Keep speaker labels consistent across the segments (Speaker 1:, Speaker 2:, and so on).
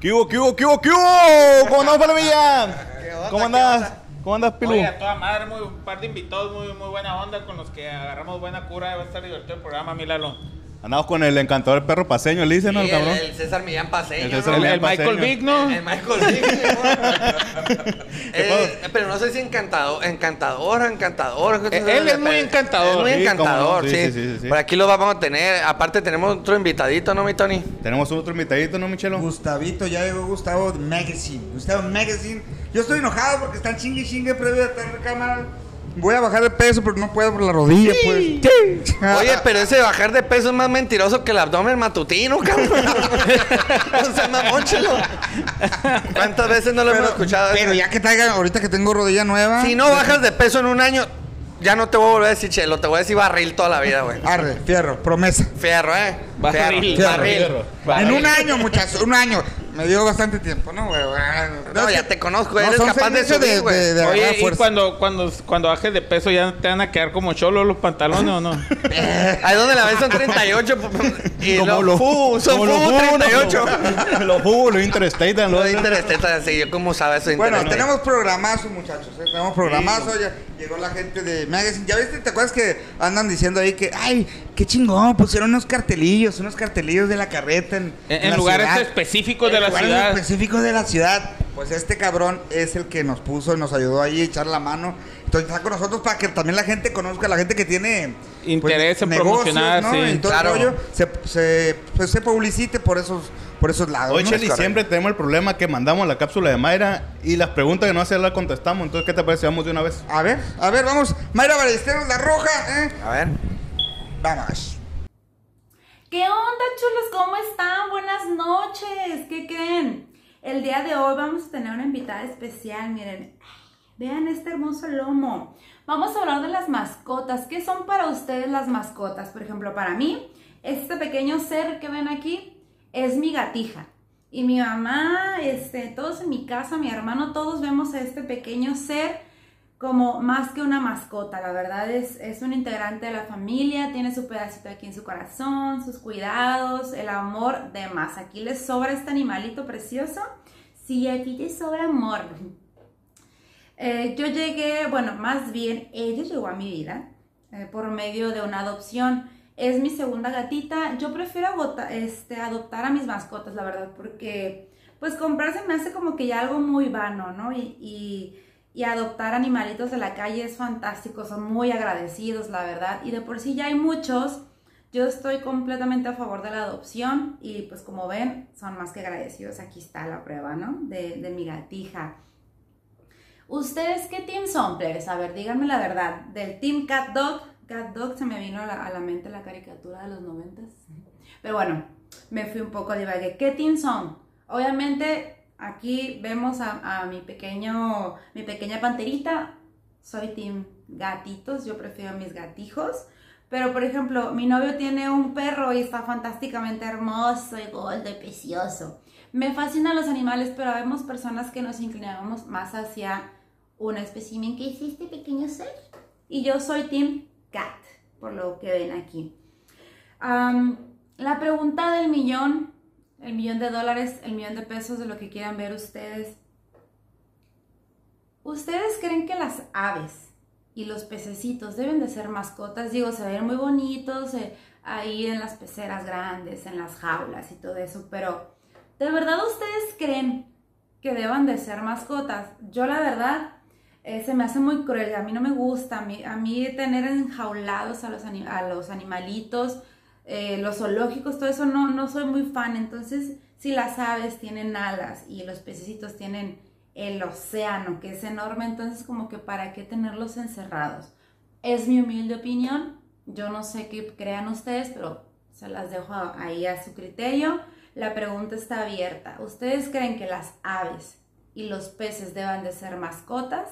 Speaker 1: ¿Qué hubo, qué hubo, qué hubo, qué hubo? ¿Cómo andamos, Palomilla? ¿Cómo andas? ¿Cómo andas, Pilu?
Speaker 2: Oye, a toda madre, muy, un par de invitados, muy, muy buena onda con los que agarramos buena cura. Va a estar divertido el programa, mi Lalo.
Speaker 1: Andamos con el encantador perro paseño, le dicen, ¿no, el
Speaker 3: Sí, el,
Speaker 1: cabrón?
Speaker 3: el César Millán Paseño.
Speaker 1: El César
Speaker 3: ¿no?
Speaker 2: El,
Speaker 1: Millán
Speaker 2: el Michael
Speaker 1: Paseño.
Speaker 2: Vick, ¿no?
Speaker 3: El Michael Vick, ¿no? Eh,
Speaker 1: pedo?
Speaker 3: pero no sé si encantador, encantador, encantador.
Speaker 2: Eh, él es muy encantador.
Speaker 3: Es muy
Speaker 1: Sí,
Speaker 3: encantador,
Speaker 1: cómo no.
Speaker 3: sí,
Speaker 1: Sí, sí, sí, sí.
Speaker 3: Por aquí lo vamos a tener. Aparte tenemos otro invitadito, ¿no, mi Tony?
Speaker 1: Tenemos otro invitadito, ¿no, Michelo?
Speaker 4: Gustavito, ya llegó Gustavo Magazine. Gustavo Magazine. Yo estoy enojado porque están chingue y chingue previo a estar en cámara. Voy a bajar de peso, pero no puedo por la rodilla, pues.
Speaker 1: Ah.
Speaker 3: Oye, pero ese bajar de peso es más mentiroso que el abdomen matutino, cabrón. o sea, mamónchelo. ¿Cuántas veces no lo hemos escuchado? ¿eh?
Speaker 4: Pero ya que traiga, ahorita que tengo rodilla nueva.
Speaker 3: Si no bajas de peso en un año, ya no te voy a volver a decir chelo, te voy a decir barril toda la vida, güey.
Speaker 4: Arre, fierro, promesa.
Speaker 3: Fierro, ¿eh?
Speaker 2: Barril,
Speaker 3: Fierro,
Speaker 2: barril.
Speaker 3: barril.
Speaker 2: Barril.
Speaker 4: En un año, muchachos, un año. Me dio bastante tiempo, ¿no? güey?
Speaker 3: No,
Speaker 4: es
Speaker 3: ya
Speaker 4: que-
Speaker 3: te conozco,
Speaker 4: No,
Speaker 3: eres
Speaker 4: son
Speaker 3: capaz de
Speaker 4: servicios
Speaker 3: subir, güey.
Speaker 4: de, de agarrar
Speaker 2: Oye, y
Speaker 4: fuerza.
Speaker 2: cuando, cuando, cuando bajes de peso, ¿ya te van a quedar como cholos los pantalones o no?
Speaker 3: Ahí donde la ves son 38. Y
Speaker 1: Como
Speaker 3: los
Speaker 1: los-
Speaker 3: fu, son
Speaker 1: como los
Speaker 3: fu
Speaker 1: jugos,
Speaker 3: 38.
Speaker 1: ¿no? Los jugos, los interestates,
Speaker 3: Lo
Speaker 1: los
Speaker 3: de interés, teta, sí, yo como sabes eso de
Speaker 4: Bueno,
Speaker 3: interés.
Speaker 4: tenemos programazo, muchachos. ¿eh? Tenemos programazo. ya llegó la gente de Magazine. ¿Ya viste? ¿Te acuerdas que andan diciendo ahí que, ay, qué chingón? Pusieron unos cartelillos, unos cartelillos de la carreta en,
Speaker 2: En,
Speaker 4: en
Speaker 2: en
Speaker 4: la
Speaker 2: lugares
Speaker 4: ciudad.
Speaker 2: específicos de
Speaker 4: En
Speaker 2: la
Speaker 4: lugares
Speaker 2: ciudad.
Speaker 4: específicos de la ciudad. Pues este cabrón es el que nos puso y nos ayudó ahí a echar la mano. Entonces está con nosotros para que también la gente conozca, la gente que tiene pues,
Speaker 2: Interés en promocionar, sí.
Speaker 4: Y todo el
Speaker 3: Claro.
Speaker 4: rollo, se, se, pues, se publicite por esos, por esos lados.
Speaker 1: Hoy,
Speaker 4: ¿no?
Speaker 1: Cheli,
Speaker 4: Es correcto.
Speaker 1: siempre tenemos el problema que mandamos la cápsula de Mayra y las preguntas que no hacen las contestamos. Entonces, ¿qué te parece si vamos de una vez?
Speaker 4: A ver, a ver, vamos. Mayra Ballesteros, la roja, ¿eh?
Speaker 3: A ver.
Speaker 4: Vamos.
Speaker 5: ¿Qué onda, chulos? ¿Cómo están? Buenas noches. ¿Qué creen? El día de hoy vamos a tener una invitada especial. Miren, vean este hermoso lomo. Vamos a hablar de las mascotas. ¿Qué son para ustedes las mascotas? Por ejemplo, para mí, este pequeño ser que ven aquí es mi gatija. Y mi mamá, este, todos en mi casa, mi hermano, todos vemos a este pequeño ser como más que una mascota, la verdad es, es un integrante de la familia, tiene su pedacito aquí en su corazón, sus cuidados, el amor, demás. Aquí les sobra este animalito precioso. Sí, aquí te sobra amor. Eh, yo llegué, bueno, más bien ella llegó a mi vida eh, por medio de una adopción. Es mi segunda gatita. Yo prefiero agota- este, adoptar a mis mascotas, la verdad, porque pues comprarse me hace como que ya algo muy vano, ¿no? Y, y- y adoptar animalitos de la calle es fantástico, son muy agradecidos, la verdad. Y de por sí ya hay muchos. Yo estoy completamente a favor de la adopción y pues como ven, son más que agradecidos. Aquí está la prueba, ¿no? De, de mi gatija. ¿Ustedes qué team son, plebes? A ver, díganme la verdad. ¿Del team Cat Dog? Cat Dog se me vino a la, a la mente la caricatura de los noventas. Pero bueno, me fui un poco divague. ¿Qué team son? Obviamente, aquí vemos a, a mi pequeño, mi pequeña panterita. Soy team gatitos, yo prefiero mis gatijos. Pero, por ejemplo, mi novio tiene un perro y está fantásticamente hermoso y gordo y precioso. Me fascinan los animales, pero vemos personas que nos inclinamos más hacia un espécimen que es este pequeño ser. Y yo soy Team Cat, por lo que ven aquí. Am, la pregunta del millón, el millón de dólares, el millón de pesos, de lo que quieran ver ustedes. ¿Ustedes creen que las aves y los pececitos deben de ser mascotas? Digo, se ven muy bonitos eh, ahí en las peceras grandes, en las jaulas y todo eso, pero ¿de verdad ustedes creen que deban de ser mascotas? Yo la verdad eh, se me hace muy cruel, a mí no me gusta, a mí, a mí tener enjaulados a los, ani- a los animalitos, eh, los zoológicos, todo eso no, no soy muy fan. Entonces, si las aves tienen alas y los pececitos tienen el océano, que es enorme, entonces como que para qué tenerlos encerrados. Es mi humilde opinión, yo no sé qué crean ustedes, pero se las dejo a- ahí a su criterio. La pregunta está abierta. ¿Ustedes creen que las aves y los peces deban de ser mascotas?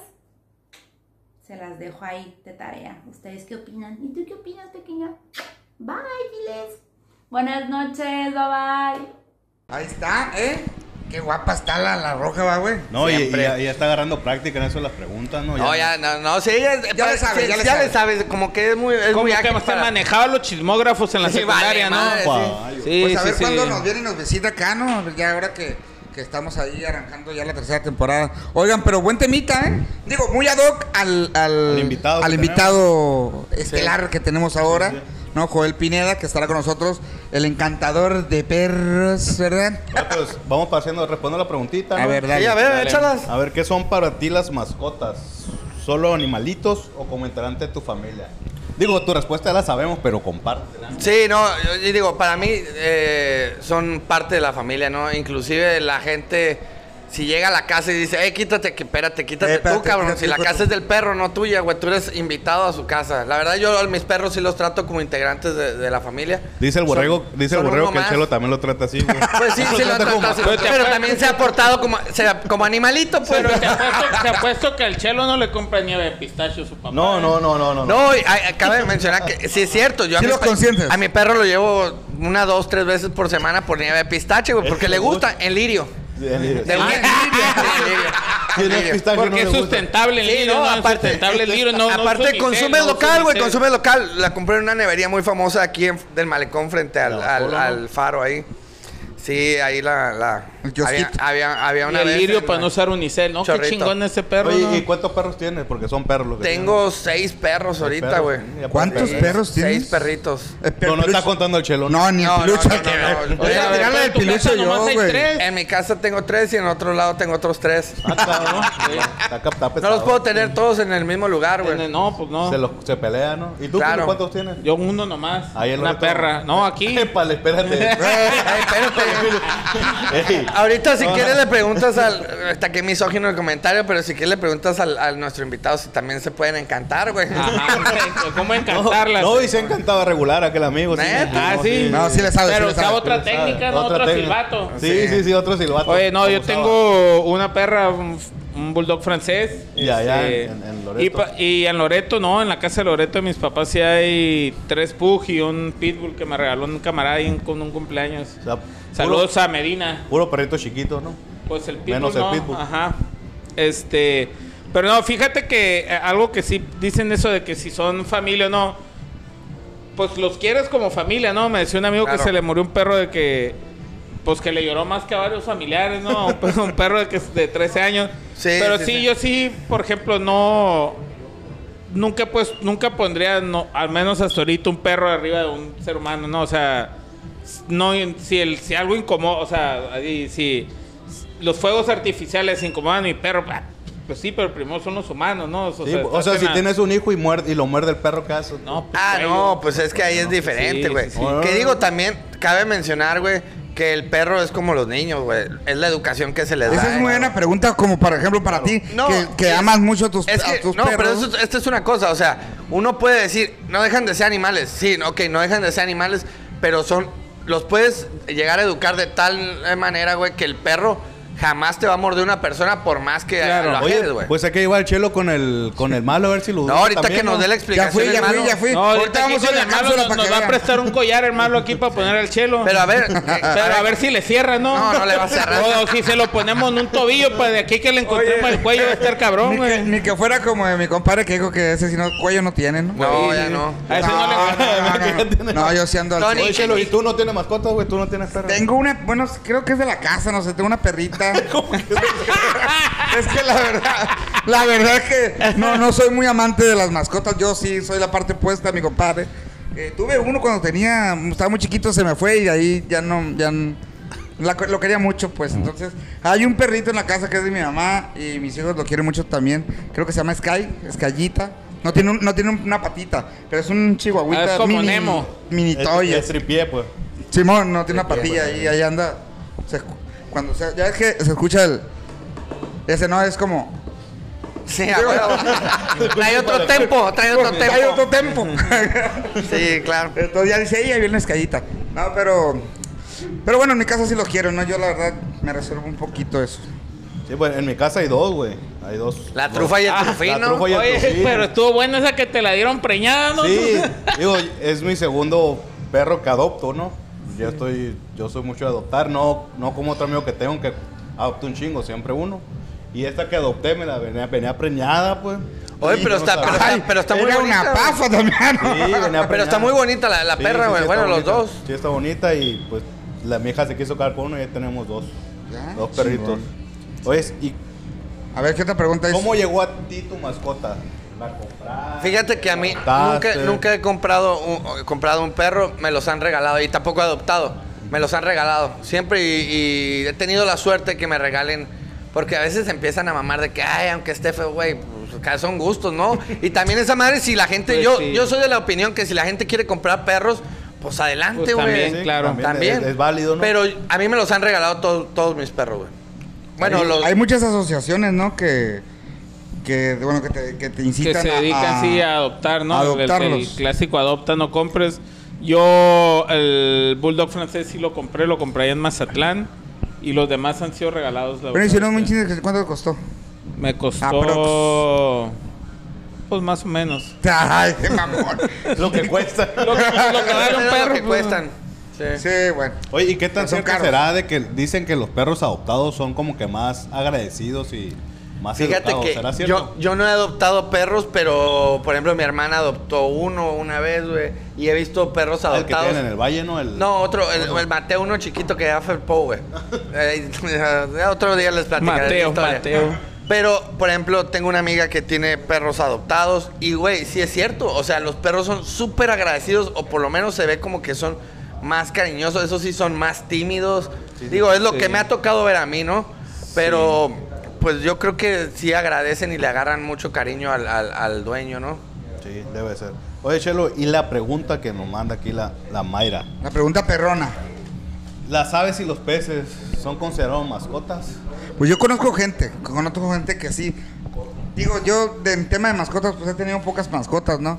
Speaker 5: Se las dejo ahí de tarea. ¿Ustedes qué opinan? ¿Y tú qué opinas, pequeña? Bye, diles. Buenas noches, bye bye.
Speaker 4: Ahí está, ¿eh? Qué guapa está la, la roja, va, güey.
Speaker 1: No, y,
Speaker 3: Siempre.
Speaker 1: y ya, ya está agarrando práctica en eso de las preguntas, ¿no?
Speaker 3: No, ya, no, no, sí, ya,
Speaker 4: Ya le sabes,
Speaker 3: sí,
Speaker 4: ya le
Speaker 3: le sabes, como que es muy, es
Speaker 2: ¿Cómo
Speaker 3: muy
Speaker 2: que
Speaker 3: ágil
Speaker 2: se
Speaker 3: para-
Speaker 2: manejaban los chismógrafos en la
Speaker 3: Sí, vale,
Speaker 2: secundaria, no?
Speaker 3: madre.
Speaker 1: Pa-
Speaker 2: Sí,
Speaker 4: Pues a
Speaker 2: sí,
Speaker 4: ver
Speaker 2: sí.
Speaker 4: cuándo nos viene y nos visita acá, ¿no? Ya ahora que, que estamos ahí arrancando ya la tercera temporada. Oigan, pero buen temita, ¿eh? Digo, muy ad hoc al, al,
Speaker 1: Al invitado
Speaker 4: al
Speaker 1: que
Speaker 4: invitado estelar que tenemos ahora, ¿no? Joel Pineda, que estará con nosotros, el encantador de perros, ¿verdad?
Speaker 1: Vatos, Ah, pues, vamos pasando, respondo la preguntita.
Speaker 4: A
Speaker 1: ¿no?
Speaker 4: ver, dale.
Speaker 3: Sí, a ver, échalas.
Speaker 1: A ver, ¿qué son para ti las mascotas? ¿Solo animalitos o como integrante de tu familia? Digo, tu respuesta ya la sabemos, pero compártela.
Speaker 3: Sí, no, yo, yo digo, para mí eh, son parte de la familia, ¿no? Inclusive la gente, si llega a la casa y dice, eh, quítate, que espérate, quítate
Speaker 4: Eh, espérate,
Speaker 3: tú, cabrón.
Speaker 4: quítate
Speaker 3: si la
Speaker 4: tú,
Speaker 3: casa
Speaker 4: tú.
Speaker 3: es del perro, no tuya, güey, tú eres invitado a su casa. La verdad, yo a mis perros sí los trato como integrantes de, de la familia.
Speaker 1: Dice el borrego,
Speaker 3: Son-
Speaker 1: dice el
Speaker 3: son
Speaker 1: borrego
Speaker 3: uno
Speaker 1: que el
Speaker 3: más.
Speaker 1: cielo también lo trata así, güey.
Speaker 3: Pues sí, sí lo
Speaker 1: trata
Speaker 3: trato
Speaker 1: como- pues, eh,
Speaker 3: así,
Speaker 2: Pero te
Speaker 3: pero
Speaker 2: apuesto-
Speaker 3: también se ha portado como, se- como animalito, pues.
Speaker 2: Pero te apuesto, te apuesto que al chelo no le compra nieve de pistacho a su papá.
Speaker 1: No, no, no, no, no.
Speaker 3: No, y a- acaba de mencionar que sí es cierto. Yo a,
Speaker 4: Sí
Speaker 3: mi
Speaker 4: lo consientes.
Speaker 3: a mi perro lo llevo una, dos, tres veces por semana por nieve de pistache, güey,
Speaker 1: Es
Speaker 3: porque
Speaker 1: que
Speaker 3: le
Speaker 1: le
Speaker 3: gusta
Speaker 1: gusta.
Speaker 3: el lirio.
Speaker 1: Sí, el lirio.
Speaker 3: Del-
Speaker 4: Ah,
Speaker 3: Del
Speaker 4: el lirio.
Speaker 3: lirio.
Speaker 1: Sí, no es
Speaker 3: Lirio.
Speaker 1: pistache, no
Speaker 2: Porque
Speaker 1: le
Speaker 2: es
Speaker 1: gusta.
Speaker 2: sustentable el
Speaker 3: Sí,
Speaker 2: libro,
Speaker 3: no,
Speaker 2: no,
Speaker 3: aparte-
Speaker 2: es sustentable el libro, no, no
Speaker 3: Aparte,
Speaker 2: usa
Speaker 3: consume
Speaker 2: unicel, no
Speaker 3: local,
Speaker 2: usa
Speaker 3: güey,
Speaker 2: unicel.
Speaker 3: consume local. La compré en una nevería muy famosa aquí en- del malecón frente al,
Speaker 1: La
Speaker 3: al-
Speaker 1: Bajolo, ¿no?
Speaker 3: al faro ahí. Sí, ahí la... la- había,
Speaker 4: El kiosquito.
Speaker 3: había, había
Speaker 2: Y
Speaker 3: una
Speaker 2: el
Speaker 3: vez
Speaker 2: lirio
Speaker 3: en-
Speaker 2: para no usar unicel, ¿no? Qué
Speaker 3: Chorrito.
Speaker 2: chingón ese perro,
Speaker 1: Oye,
Speaker 2: ¿no?
Speaker 1: ¿y cuántos perros tienes? Porque son perros los que
Speaker 3: Tengo seis perros
Speaker 1: tienes.
Speaker 3: ahorita,
Speaker 1: Perros,
Speaker 3: güey.
Speaker 1: sí, aparte-
Speaker 4: ¿Cuántos
Speaker 1: Sí.
Speaker 4: perros
Speaker 3: Seis
Speaker 4: tienes?
Speaker 3: perritos.
Speaker 4: Eh,
Speaker 1: No,
Speaker 4: per-
Speaker 1: no está
Speaker 4: peluche.
Speaker 1: contando el chelo.
Speaker 4: No, ni el
Speaker 3: No, no,
Speaker 4: peluche.
Speaker 3: no, no, no.
Speaker 4: Voy a
Speaker 3: Oye,
Speaker 4: tirarle
Speaker 2: pero
Speaker 4: el
Speaker 2: en tu
Speaker 4: peluche
Speaker 2: casa nomás
Speaker 4: yo,
Speaker 2: hay
Speaker 4: güey.
Speaker 2: tres.
Speaker 3: En mi casa tengo tres y en otro lado tengo otros tres.
Speaker 1: Ah, cabrón. Está cap- está
Speaker 3: No
Speaker 1: pesado.
Speaker 3: los puedo tener todos en el mismo lugar, güey.
Speaker 2: No, pues no.
Speaker 1: Se, los, se pelean, ¿no? ¿Y tú
Speaker 3: Claro.
Speaker 1: Kiko, cuántos tienes?
Speaker 2: Yo uno nomás.
Speaker 1: Ahí el
Speaker 2: una
Speaker 1: otro.
Speaker 2: perra. No, aquí.
Speaker 1: Épale, espérate.
Speaker 3: Ay, espérate.
Speaker 1: Ey,
Speaker 3: Ahorita si
Speaker 1: No,
Speaker 3: quieres
Speaker 1: no.
Speaker 3: le preguntas al... Hasta que misógino el comentario, pero si quieres le preguntas al, a nuestro invitado si también se pueden encantar, güey.
Speaker 2: Ajá, Pues, ¿Cómo encantarlas?
Speaker 1: No, y se encantaba regular aquel amigo.
Speaker 3: ¿Neta?
Speaker 2: Ah,
Speaker 1: no,
Speaker 2: sí.
Speaker 4: No, sí le sabe, sí
Speaker 2: Pero
Speaker 4: le
Speaker 2: usa
Speaker 4: sabe.
Speaker 2: otra técnica, no otro
Speaker 1: técnica.
Speaker 2: silbato.
Speaker 1: Sí, sí, sí, otro silbato.
Speaker 2: Oye, no,
Speaker 1: Como
Speaker 2: yo
Speaker 1: usaba.
Speaker 2: tengo una perra, un, un bulldog francés. Este,
Speaker 1: Y allá en- en Loreto.
Speaker 2: Y, pa- y en Loreto, no, en la casa de Loreto de mis papás sí hay tres pug y un pitbull que me regaló un camarada ahí en- con un cumpleaños.
Speaker 1: O sea,
Speaker 2: Saludos
Speaker 1: puro,
Speaker 2: a Medina.
Speaker 1: puro perrito chiquito, ¿no?
Speaker 2: Pues el pitbull.
Speaker 1: Menos el
Speaker 2: no,
Speaker 1: pitbull.
Speaker 2: Ajá. Este. Pero no, fíjate que eh, algo que sí dicen eso de que si son familia o no. Pues los quieres como familia, ¿no? Me decía un amigo
Speaker 3: Claro.
Speaker 2: que se le murió un perro de que. Pues que le lloró más que a varios familiares, ¿no? Un perro- un perro de, que, de 13 años.
Speaker 3: Sí,
Speaker 2: Pero
Speaker 3: sí,
Speaker 2: sí,
Speaker 3: sí.
Speaker 2: yo sí, por ejemplo, no. Nunca pues, nunca pondría, no, al menos hasta ahorita, un perro arriba de un ser humano, ¿no? O sea, no, si, el, si algo incomoda, o sea, ahí, si los fuegos artificiales incomodan a mi perro, bah, pues sí, pero primero son los humanos, ¿no? O sea,
Speaker 1: Sí, o
Speaker 2: estás
Speaker 1: sea,
Speaker 2: en
Speaker 1: si
Speaker 2: la-
Speaker 1: tienes un hijo y, muerde, y lo muerde el perro, ¿qué haces?
Speaker 2: Pues No, pues,
Speaker 3: Ah,
Speaker 2: güey,
Speaker 3: no, pues es que ahí es diferente,
Speaker 2: sí,
Speaker 3: güey.
Speaker 2: sí,
Speaker 1: sí.
Speaker 3: Que digo también, cabe mencionar, güey, que el perro es como los niños, güey. Es la educación que se les da.
Speaker 4: Esa es muy
Speaker 3: güey.
Speaker 4: buena pregunta, como por ejemplo para ti,
Speaker 3: No,
Speaker 4: que, que
Speaker 3: es-
Speaker 4: amas mucho a tus,
Speaker 3: Es
Speaker 4: a
Speaker 3: que,
Speaker 4: tus
Speaker 3: no,
Speaker 4: perros.
Speaker 3: pero esto, esto es una cosa, o sea, uno puede decir, no dejan de ser animales, sí, ok, no dejan de ser animales, pero son, los puedes llegar a educar de tal eh, manera, güey, que el perro jamás te va a morder una persona por más que
Speaker 2: Claro.
Speaker 3: lo
Speaker 1: Oye,
Speaker 3: ajenes, güey.
Speaker 1: pues hay que llevar el chelo con el, con el malo a ver si lo
Speaker 3: no,
Speaker 1: educa
Speaker 3: ahorita
Speaker 1: también,
Speaker 3: que nos
Speaker 1: ¿no?
Speaker 3: dé la
Speaker 4: Ya
Speaker 3: explicación,
Speaker 4: fui, ya fui,
Speaker 3: hermano.
Speaker 4: ya fui.
Speaker 2: No, ahorita
Speaker 4: vamos a ir a la
Speaker 2: el malo
Speaker 4: cápsula
Speaker 2: nos,
Speaker 4: para
Speaker 2: nos
Speaker 4: que
Speaker 2: va a
Speaker 4: vean.
Speaker 2: prestar un collar, hermano, aquí para poner al chelo.
Speaker 3: Pero a ver, eh,
Speaker 2: Pero a ver si le cierra, ¿no?
Speaker 3: No, no le va a cerrar.
Speaker 2: O si se lo ponemos en un tobillo, para de aquí que le encontremos el cuello va a estar cabrón,
Speaker 4: Ni que,
Speaker 2: güey.
Speaker 4: ni que fuera como de mi compadre que dijo que ese si no cuello no tiene, ¿no?
Speaker 3: No, ya no.
Speaker 2: A ese no le
Speaker 4: no, no, no. No, yo sí ando al
Speaker 3: Tony.
Speaker 1: Oye,
Speaker 4: cien.
Speaker 1: chelo, ¿y tú no tienes mascotas, güey? ¿Tú no tienes perro?
Speaker 4: Tengo una, bueno, creo que es de la casa, no sé, tengo una perrita. es que la verdad, la verdad es que no, no soy muy amante de las mascotas, yo sí soy la parte opuesta, mi compadre. Eh, tuve uno cuando tenía, estaba muy chiquito, se me fue y de ahí ya no, ya n- la- lo quería mucho, pues. Entonces, hay un perrito en la casa que es de mi mamá y mis hijos lo quieren mucho también. Creo que se llama Sky, Skyita. No tiene, un- no tiene una patita, pero es un chihuahuita.
Speaker 2: Ah, es como
Speaker 4: mini,
Speaker 2: Nemo.
Speaker 4: Mini
Speaker 1: Es-
Speaker 4: toy,
Speaker 1: es
Speaker 4: así.
Speaker 1: tripié, pues.
Speaker 4: Simón no tiene una patilla ahí, ahí anda. Se escu- cuando se, ya es que se escucha el. Ese no es como.
Speaker 3: sí, a huevo. Trae
Speaker 1: Pues,
Speaker 3: otro tempo, trae otro
Speaker 4: Hay otro
Speaker 3: tempo.
Speaker 4: tempo.
Speaker 3: Sí, claro.
Speaker 4: Entonces ya dice ella, viene escallita. No, pero. Pero bueno, en mi casa sí los quiero, ¿no? Yo la verdad me reservo un poquito eso.
Speaker 1: Sí, pues en mi casa hay dos, güey. Hay dos.
Speaker 3: La
Speaker 1: dos.
Speaker 3: trufa y el
Speaker 2: Ah,
Speaker 3: trufino.
Speaker 1: la trufa y el
Speaker 2: Oye,
Speaker 1: trufino.
Speaker 2: pero estuvo buena esa que te la dieron preñada, ¿no?
Speaker 1: Sí, digo, es mi segundo perro que adopto, ¿no? Yo estoy, yo soy mucho de adoptar, no, no como otro amigo que tengo que adopto un chingo, siempre uno. Y esta que adopté me la venía, venía preñada, pues.
Speaker 3: Oye,
Speaker 1: Sí,
Speaker 3: pero
Speaker 1: no
Speaker 3: está-
Speaker 1: sabía.
Speaker 3: pero está- pero está muy
Speaker 4: Era
Speaker 3: bonita,
Speaker 4: una
Speaker 3: güey.
Speaker 4: pafa también, ¿no?
Speaker 1: Sí, venía
Speaker 3: Pero está
Speaker 1: preñada.
Speaker 3: muy bonita la- la perra, güey.
Speaker 1: está
Speaker 3: Bueno, los
Speaker 1: bonita.
Speaker 3: dos.
Speaker 1: Sí, está bonita y pues la mi hija se quiso quedar con uno y ya tenemos dos.
Speaker 4: Ya,
Speaker 1: Dos perritos.
Speaker 4: chingón.
Speaker 1: Oye, ¿y
Speaker 4: A ver, ¿qué otra pregunta es?
Speaker 1: cómo llegó a ti tu mascota? ¿La compraste?
Speaker 3: Fíjate que a mí nunca,
Speaker 1: Adoptaste.
Speaker 3: nunca he comprado un, o- comprado un perro, me los han regalado y tampoco he adoptado, me los han regalado. Siempre y, y he tenido la suerte que me regalen, porque a veces empiezan a mamar de que, ay, aunque esté feo, güey, pues, acá son gustos, ¿no? Y también esa madre, si la gente,
Speaker 2: Pues
Speaker 3: yo,
Speaker 2: sí.
Speaker 3: yo soy de la opinión que si la gente quiere comprar perros, pues adelante,
Speaker 2: Pues
Speaker 3: güey.
Speaker 2: también, claro.
Speaker 1: También, Es, es válido, ¿no?
Speaker 3: Pero a mí me los han regalado to- todos mis perros, güey. Bueno,
Speaker 4: hay,
Speaker 3: los...
Speaker 4: hay muchas asociaciones, ¿no? Que, que bueno, que te, que te incitan
Speaker 2: que se
Speaker 4: a-
Speaker 2: dedican
Speaker 4: a,
Speaker 2: sí a adoptar, ¿no?
Speaker 4: a
Speaker 2: El- El,
Speaker 4: adoptarlos.
Speaker 2: clásico adopta, no compres. Yo el bulldog francés sí lo compré, lo compré allá en Mazatlán y los demás han sido regalados. La
Speaker 4: Pero
Speaker 2: verdad.
Speaker 4: si no, muy chido, ¿cuánto te costó?
Speaker 2: Me costó
Speaker 4: Aprox.
Speaker 2: pues más o menos.
Speaker 4: Ay, qué mamón.
Speaker 1: Lo que cuesta.
Speaker 2: Lo que, lo que vale
Speaker 3: Pero
Speaker 2: un
Speaker 3: lo
Speaker 2: perro
Speaker 3: que
Speaker 2: pues.
Speaker 3: cuestan. Sí.
Speaker 4: sí, bueno.
Speaker 1: Oye, ¿y qué tan
Speaker 4: Pero son
Speaker 1: cierto
Speaker 4: caros.
Speaker 1: será de que dicen que los perros adoptados son como que más agradecidos y más
Speaker 3: Fíjate
Speaker 1: educados? ¿Será
Speaker 3: que yo,
Speaker 1: cierto?
Speaker 3: yo no he adoptado perros, pero por ejemplo mi hermana adoptó uno una vez, güey, y he visto perros
Speaker 1: Ah, el que
Speaker 3: adoptados.
Speaker 1: tienen en el valle, ¿no? El,
Speaker 3: No, otro, el, el Mateo, uno chiquito que ya felpó, güey. Eh, otro día les platicaré. la
Speaker 2: Mateo,
Speaker 3: historia.
Speaker 2: Mateo.
Speaker 3: Pero, por ejemplo, tengo una amiga que tiene perros adoptados y, güey, sí es cierto. O sea, los perros son súper agradecidos o por lo menos se ve como que son más cariñosos. Eso sí, son más tímidos. Digo, es lo
Speaker 2: sí.
Speaker 3: que me ha tocado ver a mí, ¿no? Pero, pues yo creo que sí agradecen y le agarran mucho cariño al, al- al dueño, ¿no?
Speaker 1: Sí, debe ser. Oye, Chelo, y la pregunta que nos manda aquí la, la Mayra.
Speaker 4: La pregunta perrona.
Speaker 1: ¿Las aves y los peces son considerados mascotas?
Speaker 4: Pues yo conozco gente, conozco gente que sí. Digo, yo de- en tema de mascotas, pues he tenido pocas mascotas, ¿no?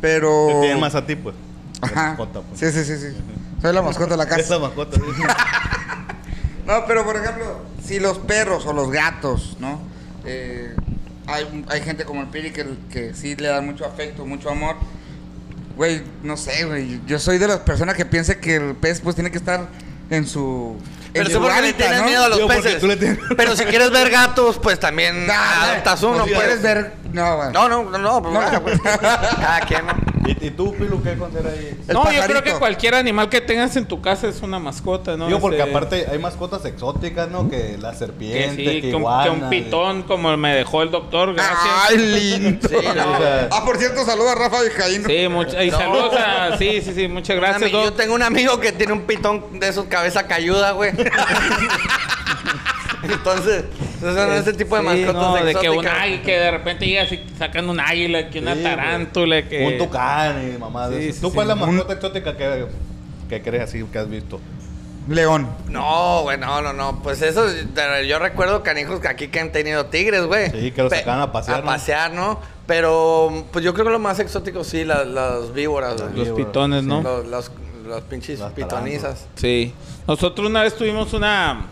Speaker 4: Pero.
Speaker 1: Que tienen más a ti, pues.
Speaker 4: Oh. Ajá.
Speaker 1: Mascota, pues.
Speaker 4: Sí, sí, sí, sí. Soy la mascota de la
Speaker 1: Es la
Speaker 4: casa.
Speaker 1: mascota. sí.
Speaker 4: No, pero por ejemplo, si los perros o los gatos, ¿no? Eh, hay, hay gente como el Piri que, que sí le dan mucho afecto, mucho amor. Güey, no sé, güey. Yo soy de las personas que piensa que el pez, pues, tiene que estar en su. en
Speaker 3: Pero
Speaker 4: su
Speaker 3: tú porque le
Speaker 4: hábitat,
Speaker 3: tienes
Speaker 4: ¿no?
Speaker 3: miedo a los
Speaker 1: Yo porque
Speaker 3: peces.
Speaker 1: tú le tienes-
Speaker 3: Pero si quieres ver gatos, pues también
Speaker 4: Nah,
Speaker 3: adoptas uno.
Speaker 4: Ah, no
Speaker 3: pues.
Speaker 4: quieres ver. No, Ah, güey.
Speaker 3: No, no, no, no, pues,
Speaker 4: No.
Speaker 3: bueno, pues, cada quien. ¿no?
Speaker 1: ¿Y, y tú, Pilu, qué consideras ahí?
Speaker 4: El
Speaker 2: No, yo creo
Speaker 4: pajarito.
Speaker 2: que cualquier animal que tengas en tu casa es una mascota, ¿no?
Speaker 1: Digo, porque
Speaker 2: Este,
Speaker 1: aparte hay mascotas exóticas, ¿no? Que la
Speaker 2: que
Speaker 1: serpiente, que,
Speaker 2: sí, que un, que
Speaker 1: iguana.
Speaker 2: un pitón como me dejó el doctor, gracias.
Speaker 4: Ay, lindo.
Speaker 3: Sí, no.
Speaker 1: O sea,
Speaker 4: Ah, por cierto, saluda a Rafa Vizcaíno.
Speaker 2: Sí, mucha- y
Speaker 3: No.
Speaker 2: saludos a- Sí, sí, sí, muchas gracias,
Speaker 3: Ami- yo
Speaker 2: Doc.
Speaker 3: tengo un amigo que tiene un pitón de esos cabeza cayuda, güey. Entonces, esos son ese tipo de
Speaker 2: Sí,
Speaker 3: mascotas
Speaker 2: no, de que un
Speaker 3: exóticas.
Speaker 2: águila, que de repente llegas y sacan un águila, que una
Speaker 1: Sí, güey.
Speaker 2: tarántula, que...
Speaker 1: Un tucán y mamá de
Speaker 2: Sí,
Speaker 1: esas.
Speaker 2: sí,
Speaker 1: ¿Tú
Speaker 2: sí.
Speaker 1: cuál es la
Speaker 4: Un-
Speaker 1: mascota exótica que, que crees así que has visto?
Speaker 4: León.
Speaker 3: No, güey, no, no, no. Pues eso, de- yo recuerdo canijos que aquí que han tenido tigres, güey.
Speaker 1: Sí, que los
Speaker 3: Pe-
Speaker 1: sacaban a pasear,
Speaker 3: A
Speaker 1: ¿no?
Speaker 3: pasear, ¿no? Pero, pues yo creo que lo más exótico sí, la- las víboras, güey.
Speaker 2: Los pitones, ¿no?
Speaker 3: Los, los- los pinches
Speaker 1: Las
Speaker 3: pitonizas.
Speaker 2: Sí. Nosotros una vez tuvimos una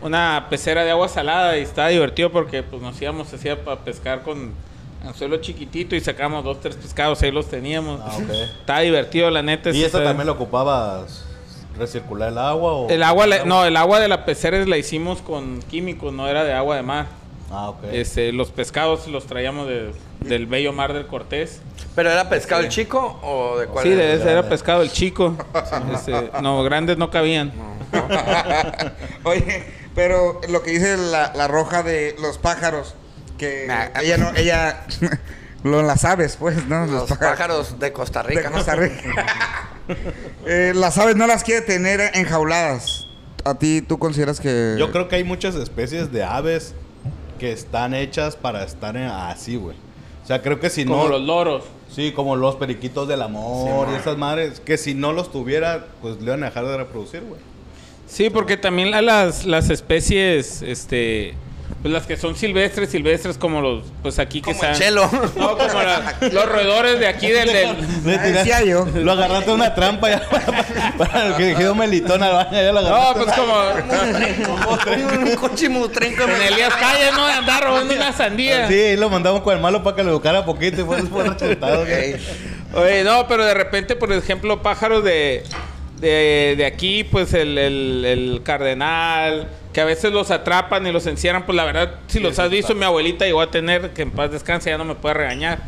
Speaker 2: una pecera de agua salada y estaba divertido porque pues nos íbamos así a pa- pescar con anzuelo chiquitito y sacamos dos, tres pescados, ahí los teníamos.
Speaker 1: Ah, ok.
Speaker 2: Estaba divertido, la neta.
Speaker 1: ¿Y
Speaker 2: eso
Speaker 1: esa
Speaker 2: fue-
Speaker 1: también la ocupabas recircular el agua o...?
Speaker 2: El agua, le- no, el agua de la pecera la hicimos con químicos, no era de agua de mar.
Speaker 1: Ah, ok.
Speaker 2: Este, los pescados los traíamos de- del bello mar del Cortés.
Speaker 3: ¿Pero era pescado el chico o de cuál
Speaker 2: Sí,
Speaker 3: era?
Speaker 2: de ese
Speaker 1: grande?
Speaker 2: era pescado el chico. Este, no, grandes no cabían.
Speaker 4: Oye, pero lo que dice la, la roja de los pájaros, que
Speaker 3: Nah.
Speaker 4: ella no, ella lo las aves, pues, ¿no?
Speaker 3: Los pájaros de Costa Rica.
Speaker 4: de
Speaker 3: ¿no?
Speaker 4: Costa Rica. Eh, las aves no las quiere tener enjauladas. A ti tú consideras que
Speaker 1: Yo creo que hay muchas especies de aves que están hechas para estar en- así, güey. O sea, creo que si
Speaker 2: Como
Speaker 1: no...
Speaker 2: los loros.
Speaker 1: Sí, como los periquitos del amor y esas madres. Que si no los tuviera, pues le iban a dejar de reproducir, güey.
Speaker 2: Sí, porque también a las, las especies, este, pues las que son silvestres, silvestres como los, pues aquí que
Speaker 3: Como el
Speaker 2: están.
Speaker 3: chelo.
Speaker 2: No, como la- los roedores de aquí del... del-
Speaker 1: Le
Speaker 4: Ah, decía yo.
Speaker 1: Lo agarraste una trampa ya para, para el que dijera melitón al baño. Ya lo
Speaker 2: no,
Speaker 1: agarraste.
Speaker 2: pues como
Speaker 3: Un cochimutrinco.
Speaker 2: en Elías Calle, ¿no? De andar robando una sandía.
Speaker 1: Sí, ahí lo mandamos con el malo para que lo educara poquito y fue fue rechazado. güey.
Speaker 2: Oye, no, pero de repente, por ejemplo, pájaros de, de, de aquí, pues el, el- el cardenal, que a veces los atrapan y los encierran, pues la verdad, si los has visto, mi abuelita llegó a tener, que en paz descanse, ya no me puede regañar.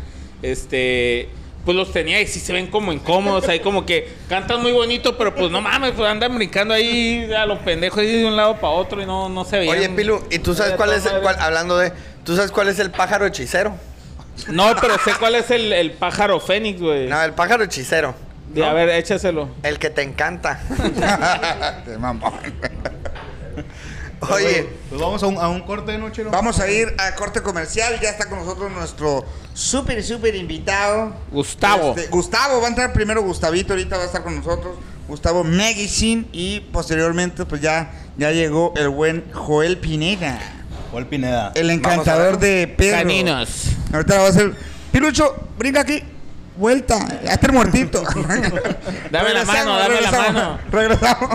Speaker 2: Este, pues los tenía y sí se ven como incómodos, ahí como que cantan muy bonito, pero pues no mames, pues andan brincando ahí a los pendejos ahí de un lado para otro y no, no se veían.
Speaker 3: Oye, Pilu, ¿y tú sabes
Speaker 2: Oye,
Speaker 3: cuál
Speaker 2: toda
Speaker 3: es el,
Speaker 2: madre.
Speaker 3: cuál- hablando de, tú sabes cuál es el pájaro hechicero?
Speaker 2: No, pero sé cuál es el, el pájaro fénix, güey.
Speaker 3: No, el pájaro hechicero,
Speaker 2: De- A ver, échaselo.
Speaker 3: el que te encanta.
Speaker 4: Qué mamón.
Speaker 3: Oye,
Speaker 1: Pues vamos a un, a un corte de noche, ¿no?
Speaker 4: Vamos a ir a corte comercial. Ya está con nosotros nuestro súper, súper invitado.
Speaker 2: Gustavo.
Speaker 4: Este, Gustavo, va a entrar primero Gustavito, ahorita va a estar con nosotros. Gustavo Medicine y posteriormente pues ya, ya llegó el buen Joel Pineda.
Speaker 1: Joel Pineda.
Speaker 4: El
Speaker 3: Vamos a
Speaker 4: encantador
Speaker 3: ver.
Speaker 4: de perros.
Speaker 2: Caninos.
Speaker 4: Ahorita lo va a hacer. Pilucho, brinca aquí. Vuelta. Hazte el muertito.
Speaker 2: Dame la
Speaker 4: Regresamos,
Speaker 2: mano, dame la
Speaker 4: regresamos,
Speaker 2: mano.
Speaker 4: Regresamos.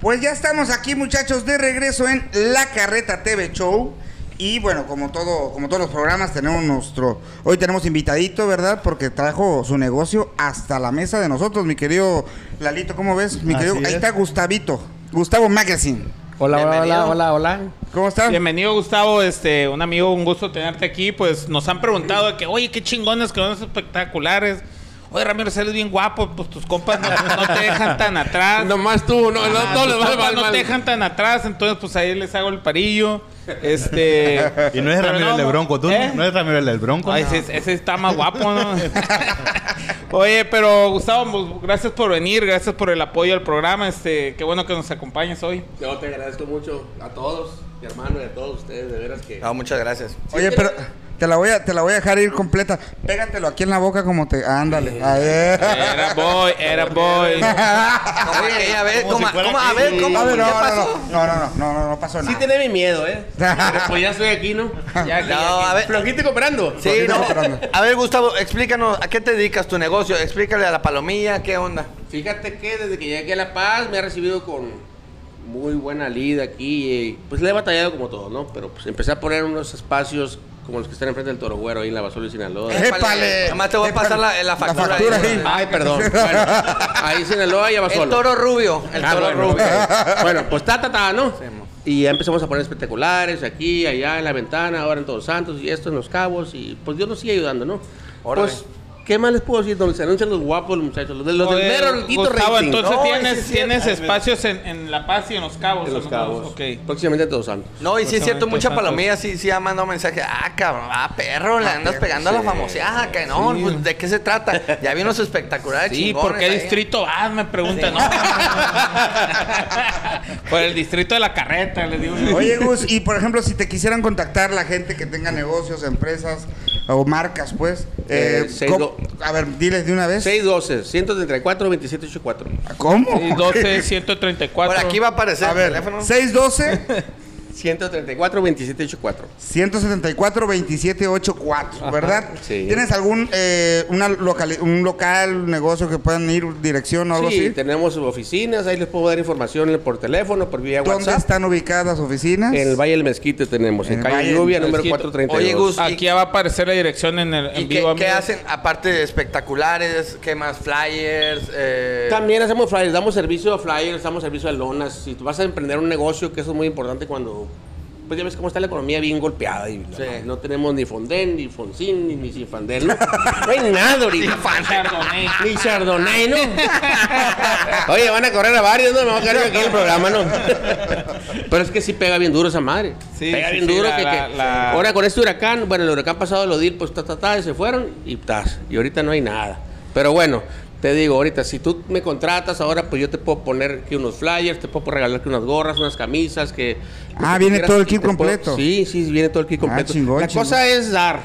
Speaker 4: Pues ya estamos aquí, muchachos, de regreso en La Carreta TV Show. Y bueno, como todo, como todos los programas, tenemos nuestro. Hoy tenemos invitadito, ¿verdad? Porque trajo su negocio hasta la mesa de nosotros, mi querido Lalito, ¿cómo ves? Mi
Speaker 6: Así
Speaker 4: querido, ahí
Speaker 6: es.
Speaker 4: está Gustavito, Gustavo Magazine.
Speaker 6: Hola, hola, hola,
Speaker 3: Bienvenido.
Speaker 6: hola, hola.
Speaker 4: ¿Cómo
Speaker 6: Ah.
Speaker 4: estás?
Speaker 2: Bienvenido, Gustavo, este, un amigo, un gusto tenerte aquí. Pues nos han preguntado de que, oye, qué chingones, qué cosas espectaculares. Oye, Ramiro, eres bien guapo, pues tus compas no, no te dejan tan atrás.
Speaker 6: Nomás tú, no,
Speaker 2: Ah,
Speaker 6: no, no
Speaker 2: tus
Speaker 6: le va
Speaker 2: compas
Speaker 6: mal,
Speaker 2: no
Speaker 6: mal.
Speaker 2: te dejan tan atrás, entonces pues ahí les hago el parillo. Este.
Speaker 1: Y no es
Speaker 2: pero
Speaker 1: Ramiro el del Bronco, tú.
Speaker 2: ¿eh?
Speaker 1: No es Ramiro el del Bronco.
Speaker 2: Ay,
Speaker 1: no.
Speaker 2: ese, ese está más guapo, ¿no? Oye, pero Gustavo, pues, gracias por venir, gracias por el apoyo al programa. Este, qué bueno que nos acompañes hoy.
Speaker 7: Yo te agradezco mucho a todos, mi hermano y a todos ustedes, de veras que...
Speaker 3: no, muchas gracias.
Speaker 4: Oye, pero te la voy a, te la voy a dejar ir completa. Pégatelo aquí en la boca como te. Ándale. A ver.
Speaker 2: Era boy, era boy.
Speaker 3: Oye, a ver,
Speaker 1: como
Speaker 3: ¿cómo,
Speaker 1: si fuera
Speaker 3: cómo- a
Speaker 1: aquí.
Speaker 3: ver, cómo,
Speaker 4: A ver,
Speaker 3: ¿qué
Speaker 4: no, no,
Speaker 3: pasó?
Speaker 4: no, no, no, no, no, no pasó
Speaker 7: Sí
Speaker 4: nada.
Speaker 7: tenés mi miedo, ¿eh? Pero pues ya estoy aquí, ¿no? Ya,
Speaker 3: No,
Speaker 7: que- ya que-
Speaker 3: a ver.
Speaker 7: Flojito comprando.
Speaker 3: Sí,
Speaker 4: Continúa
Speaker 3: no.
Speaker 4: operando.
Speaker 3: A ver, Gustavo, explícanos, ¿a qué te dedicas tu negocio? Explícale a la palomilla, ¿qué onda?
Speaker 7: Fíjate que desde que llegué aquí a La Paz me ha recibido con muy buena lid aquí. eh, pues le he batallado como todo, ¿no? Pero pues empecé a poner unos espacios como los que están enfrente del Toro Güero ahí en la Basura y Sinaloa.
Speaker 4: ¡Épale!
Speaker 3: Nomás te voy a
Speaker 4: Épale.
Speaker 3: pasar la- la factura ahí.
Speaker 4: ahí.
Speaker 7: Ay, perdón. Bueno, ahí en Sinaloa y Abasolo.
Speaker 3: El toro rubio, el
Speaker 7: Ah,
Speaker 3: toro
Speaker 7: bueno,
Speaker 3: rubio.
Speaker 7: ok. Bueno, pues ta, ta, ta, ¿no? Y ya empezamos a poner espectaculares aquí, allá, en la ventana, ahora en Todos Santos, y esto en Los Cabos, y pues Dios nos sigue ayudando, ¿no?
Speaker 3: Órale.
Speaker 7: Pues, ¿qué más les puedo decir? Donde se anuncian los guapos, los muchachos, los, de, los del
Speaker 2: Oye,
Speaker 7: mero alguito
Speaker 2: Gustavo,
Speaker 7: rating.
Speaker 2: entonces
Speaker 7: No,
Speaker 2: tienes,
Speaker 7: ese sí es-
Speaker 2: tienes
Speaker 7: Ay,
Speaker 2: espacios en, en La Paz y en Los Cabos.
Speaker 7: En Los
Speaker 2: ¿no?
Speaker 7: Cabos.
Speaker 2: Ok.
Speaker 7: Próximamente en Todos Santos.
Speaker 3: No, y sí es cierto,
Speaker 2: Exactamente,
Speaker 3: mucha
Speaker 2: exacto.
Speaker 3: palomilla sí, sí ha mandado mensajes. Ah, cabrón, ah, perro, le andas pegando a la famoseada, que no, pues, ¿de qué se trata? Ya vi unos espectaculares
Speaker 2: Sí,
Speaker 3: chingones
Speaker 2: ¿por qué
Speaker 3: ahí.
Speaker 2: distrito vas? Me preguntan. No. Por el distrito de la carreta, les digo.
Speaker 4: Oye, Gus, y por ejemplo, si te quisieran contactar la gente que tenga negocios, empresas o marcas, pues.
Speaker 7: Eh,
Speaker 4: eh,
Speaker 7: seis
Speaker 4: ¿cómo-
Speaker 7: do-
Speaker 4: a ver, diles de una vez.
Speaker 7: 612, 134, 2784.
Speaker 4: ¿Cómo?
Speaker 2: Sí, 12,
Speaker 3: Por
Speaker 2: 134.
Speaker 3: aquí va a aparecer
Speaker 4: A
Speaker 3: el
Speaker 4: ver,
Speaker 3: teléfono.
Speaker 4: 612
Speaker 7: 134 2784.
Speaker 4: 174-2784, ¿verdad?
Speaker 7: sí.
Speaker 4: ¿Tienes algún eh, una locali- un local, negocio que puedan ir, dirección o algo
Speaker 7: Sí,
Speaker 4: así?
Speaker 7: tenemos oficinas, ahí les puedo dar información por teléfono, por vía
Speaker 4: ¿Dónde
Speaker 7: WhatsApp.
Speaker 4: están ubicadas las oficinas?
Speaker 7: En el Valle del Mezquite tenemos, en,
Speaker 4: En el Valle
Speaker 7: calle
Speaker 4: del
Speaker 7: Lluvia, número
Speaker 3: Mezquite.
Speaker 7: 432.
Speaker 3: Oye, Gus,
Speaker 2: Aquí ya va a aparecer la dirección en el en
Speaker 3: ¿Y qué,
Speaker 2: vivo.
Speaker 3: qué
Speaker 2: amigos.
Speaker 3: hacen? Aparte de espectaculares, ¿qué más? Flyers. eh,
Speaker 7: También hacemos flyers, damos servicio a flyers, damos servicio a lonas. Si tú vas a emprender un negocio, que eso es muy importante cuando. Pues ya ves cómo está la economía bien golpeada. Y la
Speaker 3: Sí.
Speaker 7: madre, no tenemos ni Fonden, ni Foncin, ni, ni Sinfandel, ¿no? No hay nada ahorita.
Speaker 2: Chardonnay.
Speaker 7: Ni Chardonnay, ¿no? Oye, van a correr a varios, ¿no? Me va a caer aquí el programa, ¿no? Pero es que sí pega bien duro esa madre.
Speaker 2: Sí,
Speaker 7: pega
Speaker 2: sí,
Speaker 7: bien
Speaker 2: sí,
Speaker 7: duro.
Speaker 2: la-
Speaker 7: que,
Speaker 2: la-
Speaker 7: que-
Speaker 2: la-
Speaker 7: Ahora con este huracán, bueno, el huracán pasado lo di, pues ta, ta, ta, y se fueron y tas. Y ahorita no hay nada. Pero bueno, te digo, ahorita, si tú me contratas ahora, pues yo te puedo poner que unos flyers, te puedo regalar que unas gorras, unas camisas, que. lo
Speaker 4: Ah,
Speaker 7: que
Speaker 4: viene todo el
Speaker 7: y
Speaker 4: kit
Speaker 7: te puedo-
Speaker 4: completo.
Speaker 7: sí, sí, viene todo el kit
Speaker 4: Ah,
Speaker 7: completo.
Speaker 4: chingón,
Speaker 7: la
Speaker 4: chingón.
Speaker 7: cosa es dar.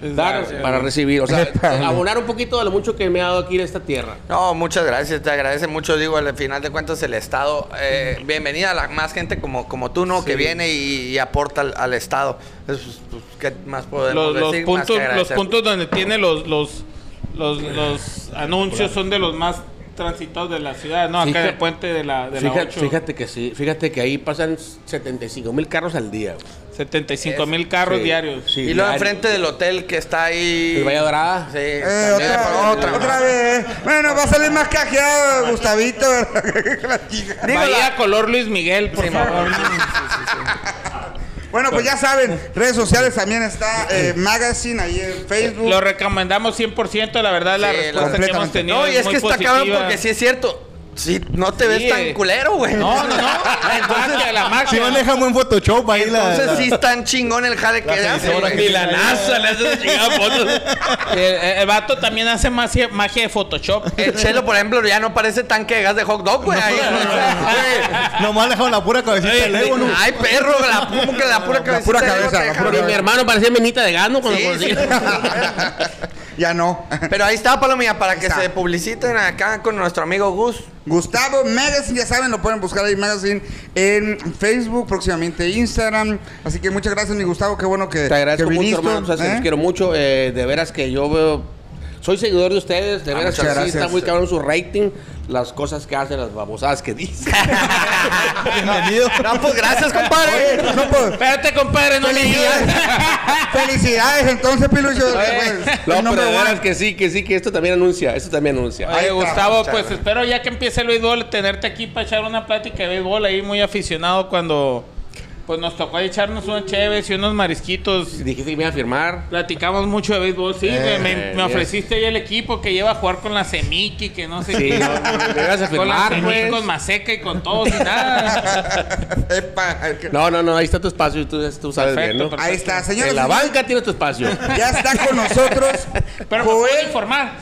Speaker 2: Es
Speaker 7: Dar
Speaker 2: dar,
Speaker 7: para
Speaker 2: eh.
Speaker 7: recibir, o sea,
Speaker 4: Epa.
Speaker 7: abonar un poquito de lo mucho que me ha dado aquí en esta tierra.
Speaker 3: No, muchas gracias, te agradece mucho, digo, al final de cuentas el Estado, eh, bienvenida a la más gente como, como tú, ¿no? Que viene y, y aporta al, al Estado. Es, pues, ¿Qué más podemos
Speaker 2: los, los
Speaker 3: decir? Más que
Speaker 2: puntos, los
Speaker 3: agradecer.
Speaker 2: puntos donde tiene los, los, los, los anuncios son de los más transitados de la ciudad, ¿no? Acá
Speaker 7: Fija-
Speaker 2: en el puente de la, de la
Speaker 7: Fíjate,
Speaker 2: 8.
Speaker 7: fíjate que sí, fíjate que ahí pasan 75 mil carros al día. güey.
Speaker 2: 75 mil carros
Speaker 7: Sí,
Speaker 2: diarios.
Speaker 7: sí,
Speaker 3: Y luego
Speaker 7: diario.
Speaker 3: enfrente del hotel que está ahí...
Speaker 7: El Valle Dorada.
Speaker 3: Sí,
Speaker 4: Eh,
Speaker 3: también
Speaker 4: otra,
Speaker 3: por
Speaker 4: otra, otra vez. Bueno, va a salir más cajeado, Gustavito. La chica.
Speaker 3: Digo,
Speaker 2: Bahía
Speaker 3: la-
Speaker 2: color Luis Miguel, por
Speaker 3: Sí,
Speaker 2: favor.
Speaker 4: Bueno, pues ya saben, redes sociales también está eh, Magazine ahí en Facebook.
Speaker 2: Lo recomendamos 100%, la verdad, la
Speaker 3: Sí,
Speaker 2: respuesta que hemos
Speaker 4: completamente.
Speaker 2: tenido
Speaker 3: No, y es
Speaker 2: muy
Speaker 3: que está
Speaker 2: positiva.
Speaker 3: cabrón porque sí es cierto. Sí, no te ves
Speaker 2: Sí,
Speaker 3: tan
Speaker 2: eh.
Speaker 3: culero, güey.
Speaker 2: No, no, Ah, no. La magia, la magia.
Speaker 1: Si maneja buen Photoshop ahí la-
Speaker 3: Entonces
Speaker 1: la-
Speaker 3: sí es tan chingón el jale que
Speaker 1: La
Speaker 3: hace,
Speaker 1: editora
Speaker 3: güey.
Speaker 1: que-
Speaker 2: Ni la NASA le hace esa chingada fotos. El, el vato también hace magia, magia de Photoshop.
Speaker 3: El chelo, por ejemplo, ya no parece tanque de gas de hot dog, güey. Ahí, güey.
Speaker 1: Nomás le dejaron la pura cabecita
Speaker 2: Oye,
Speaker 1: del ego, ¿no?
Speaker 3: Ay, perro, la, como que la pura cabeza.
Speaker 4: pura cabeza, la pura
Speaker 7: Porque mi hermano parecía menita de gano cuando
Speaker 3: Sí,
Speaker 7: lo conocí.
Speaker 3: sí.
Speaker 4: ya no.
Speaker 3: Pero ahí está, Palomilla, para que
Speaker 4: Está.
Speaker 3: se publiciten acá con nuestro amigo Gus.
Speaker 4: Gustavo Magazine, ya saben, lo pueden buscar ahí Magazine en Facebook, próximamente Instagram. Así que muchas gracias, mi Gustavo, qué bueno que,
Speaker 7: Te agradezco
Speaker 4: que
Speaker 7: mucho,
Speaker 4: viniste,
Speaker 7: hermano. sabes que
Speaker 4: ¿eh?
Speaker 7: los quiero mucho. eh, de veras que yo veo. Soy seguidor de ustedes. De
Speaker 3: Ah,
Speaker 7: veras que
Speaker 4: muchas
Speaker 7: sí,
Speaker 4: gracias.
Speaker 7: está muy cabrón su rating. Las cosas que hacen, las babosadas que dicen.
Speaker 1: Bienvenido.
Speaker 3: No, pues gracias, compadre.
Speaker 4: Oye, no, pues,
Speaker 2: Espérate, compadre, no le
Speaker 4: felicidades.
Speaker 2: digas.
Speaker 4: felicidades, entonces, Pilucho. pues,
Speaker 7: no,
Speaker 4: el
Speaker 7: pero
Speaker 4: number
Speaker 7: de
Speaker 4: one.
Speaker 7: veras que sí, que sí, que esto también anuncia. Esto también anuncia.
Speaker 2: Oye,
Speaker 4: está,
Speaker 2: Gustavo,
Speaker 4: muchas
Speaker 2: pues
Speaker 4: gracias.
Speaker 2: espero ya que empiece el béisbol, tenerte aquí para echar una plática de béisbol ahí muy aficionado cuando pues nos tocó echarnos unos cheves y unos marisquitos.
Speaker 7: Dijiste que me iba a firmar.
Speaker 2: Platicamos mucho de béisbol, sí, güey, me, me
Speaker 7: Eh, bien.
Speaker 2: ofreciste ya el equipo que lleva a jugar con la Semiki, que no sé
Speaker 7: Sí,
Speaker 2: qué.
Speaker 7: no, no, me ibas a
Speaker 2: con la
Speaker 7: firmar,
Speaker 2: Semiki,
Speaker 7: pues.
Speaker 2: con Maseca y con todos y nada.
Speaker 4: Epa, que-
Speaker 7: No, no, no, ahí está tu espacio y tú, tú sabes
Speaker 2: Perfecto,
Speaker 7: bien, ¿no?
Speaker 4: ahí está, señores.
Speaker 7: En pues, la banca pues, tienes tu espacio.
Speaker 4: Ya está con nosotros
Speaker 2: Pero me puedo
Speaker 4: Joel.
Speaker 2: informar.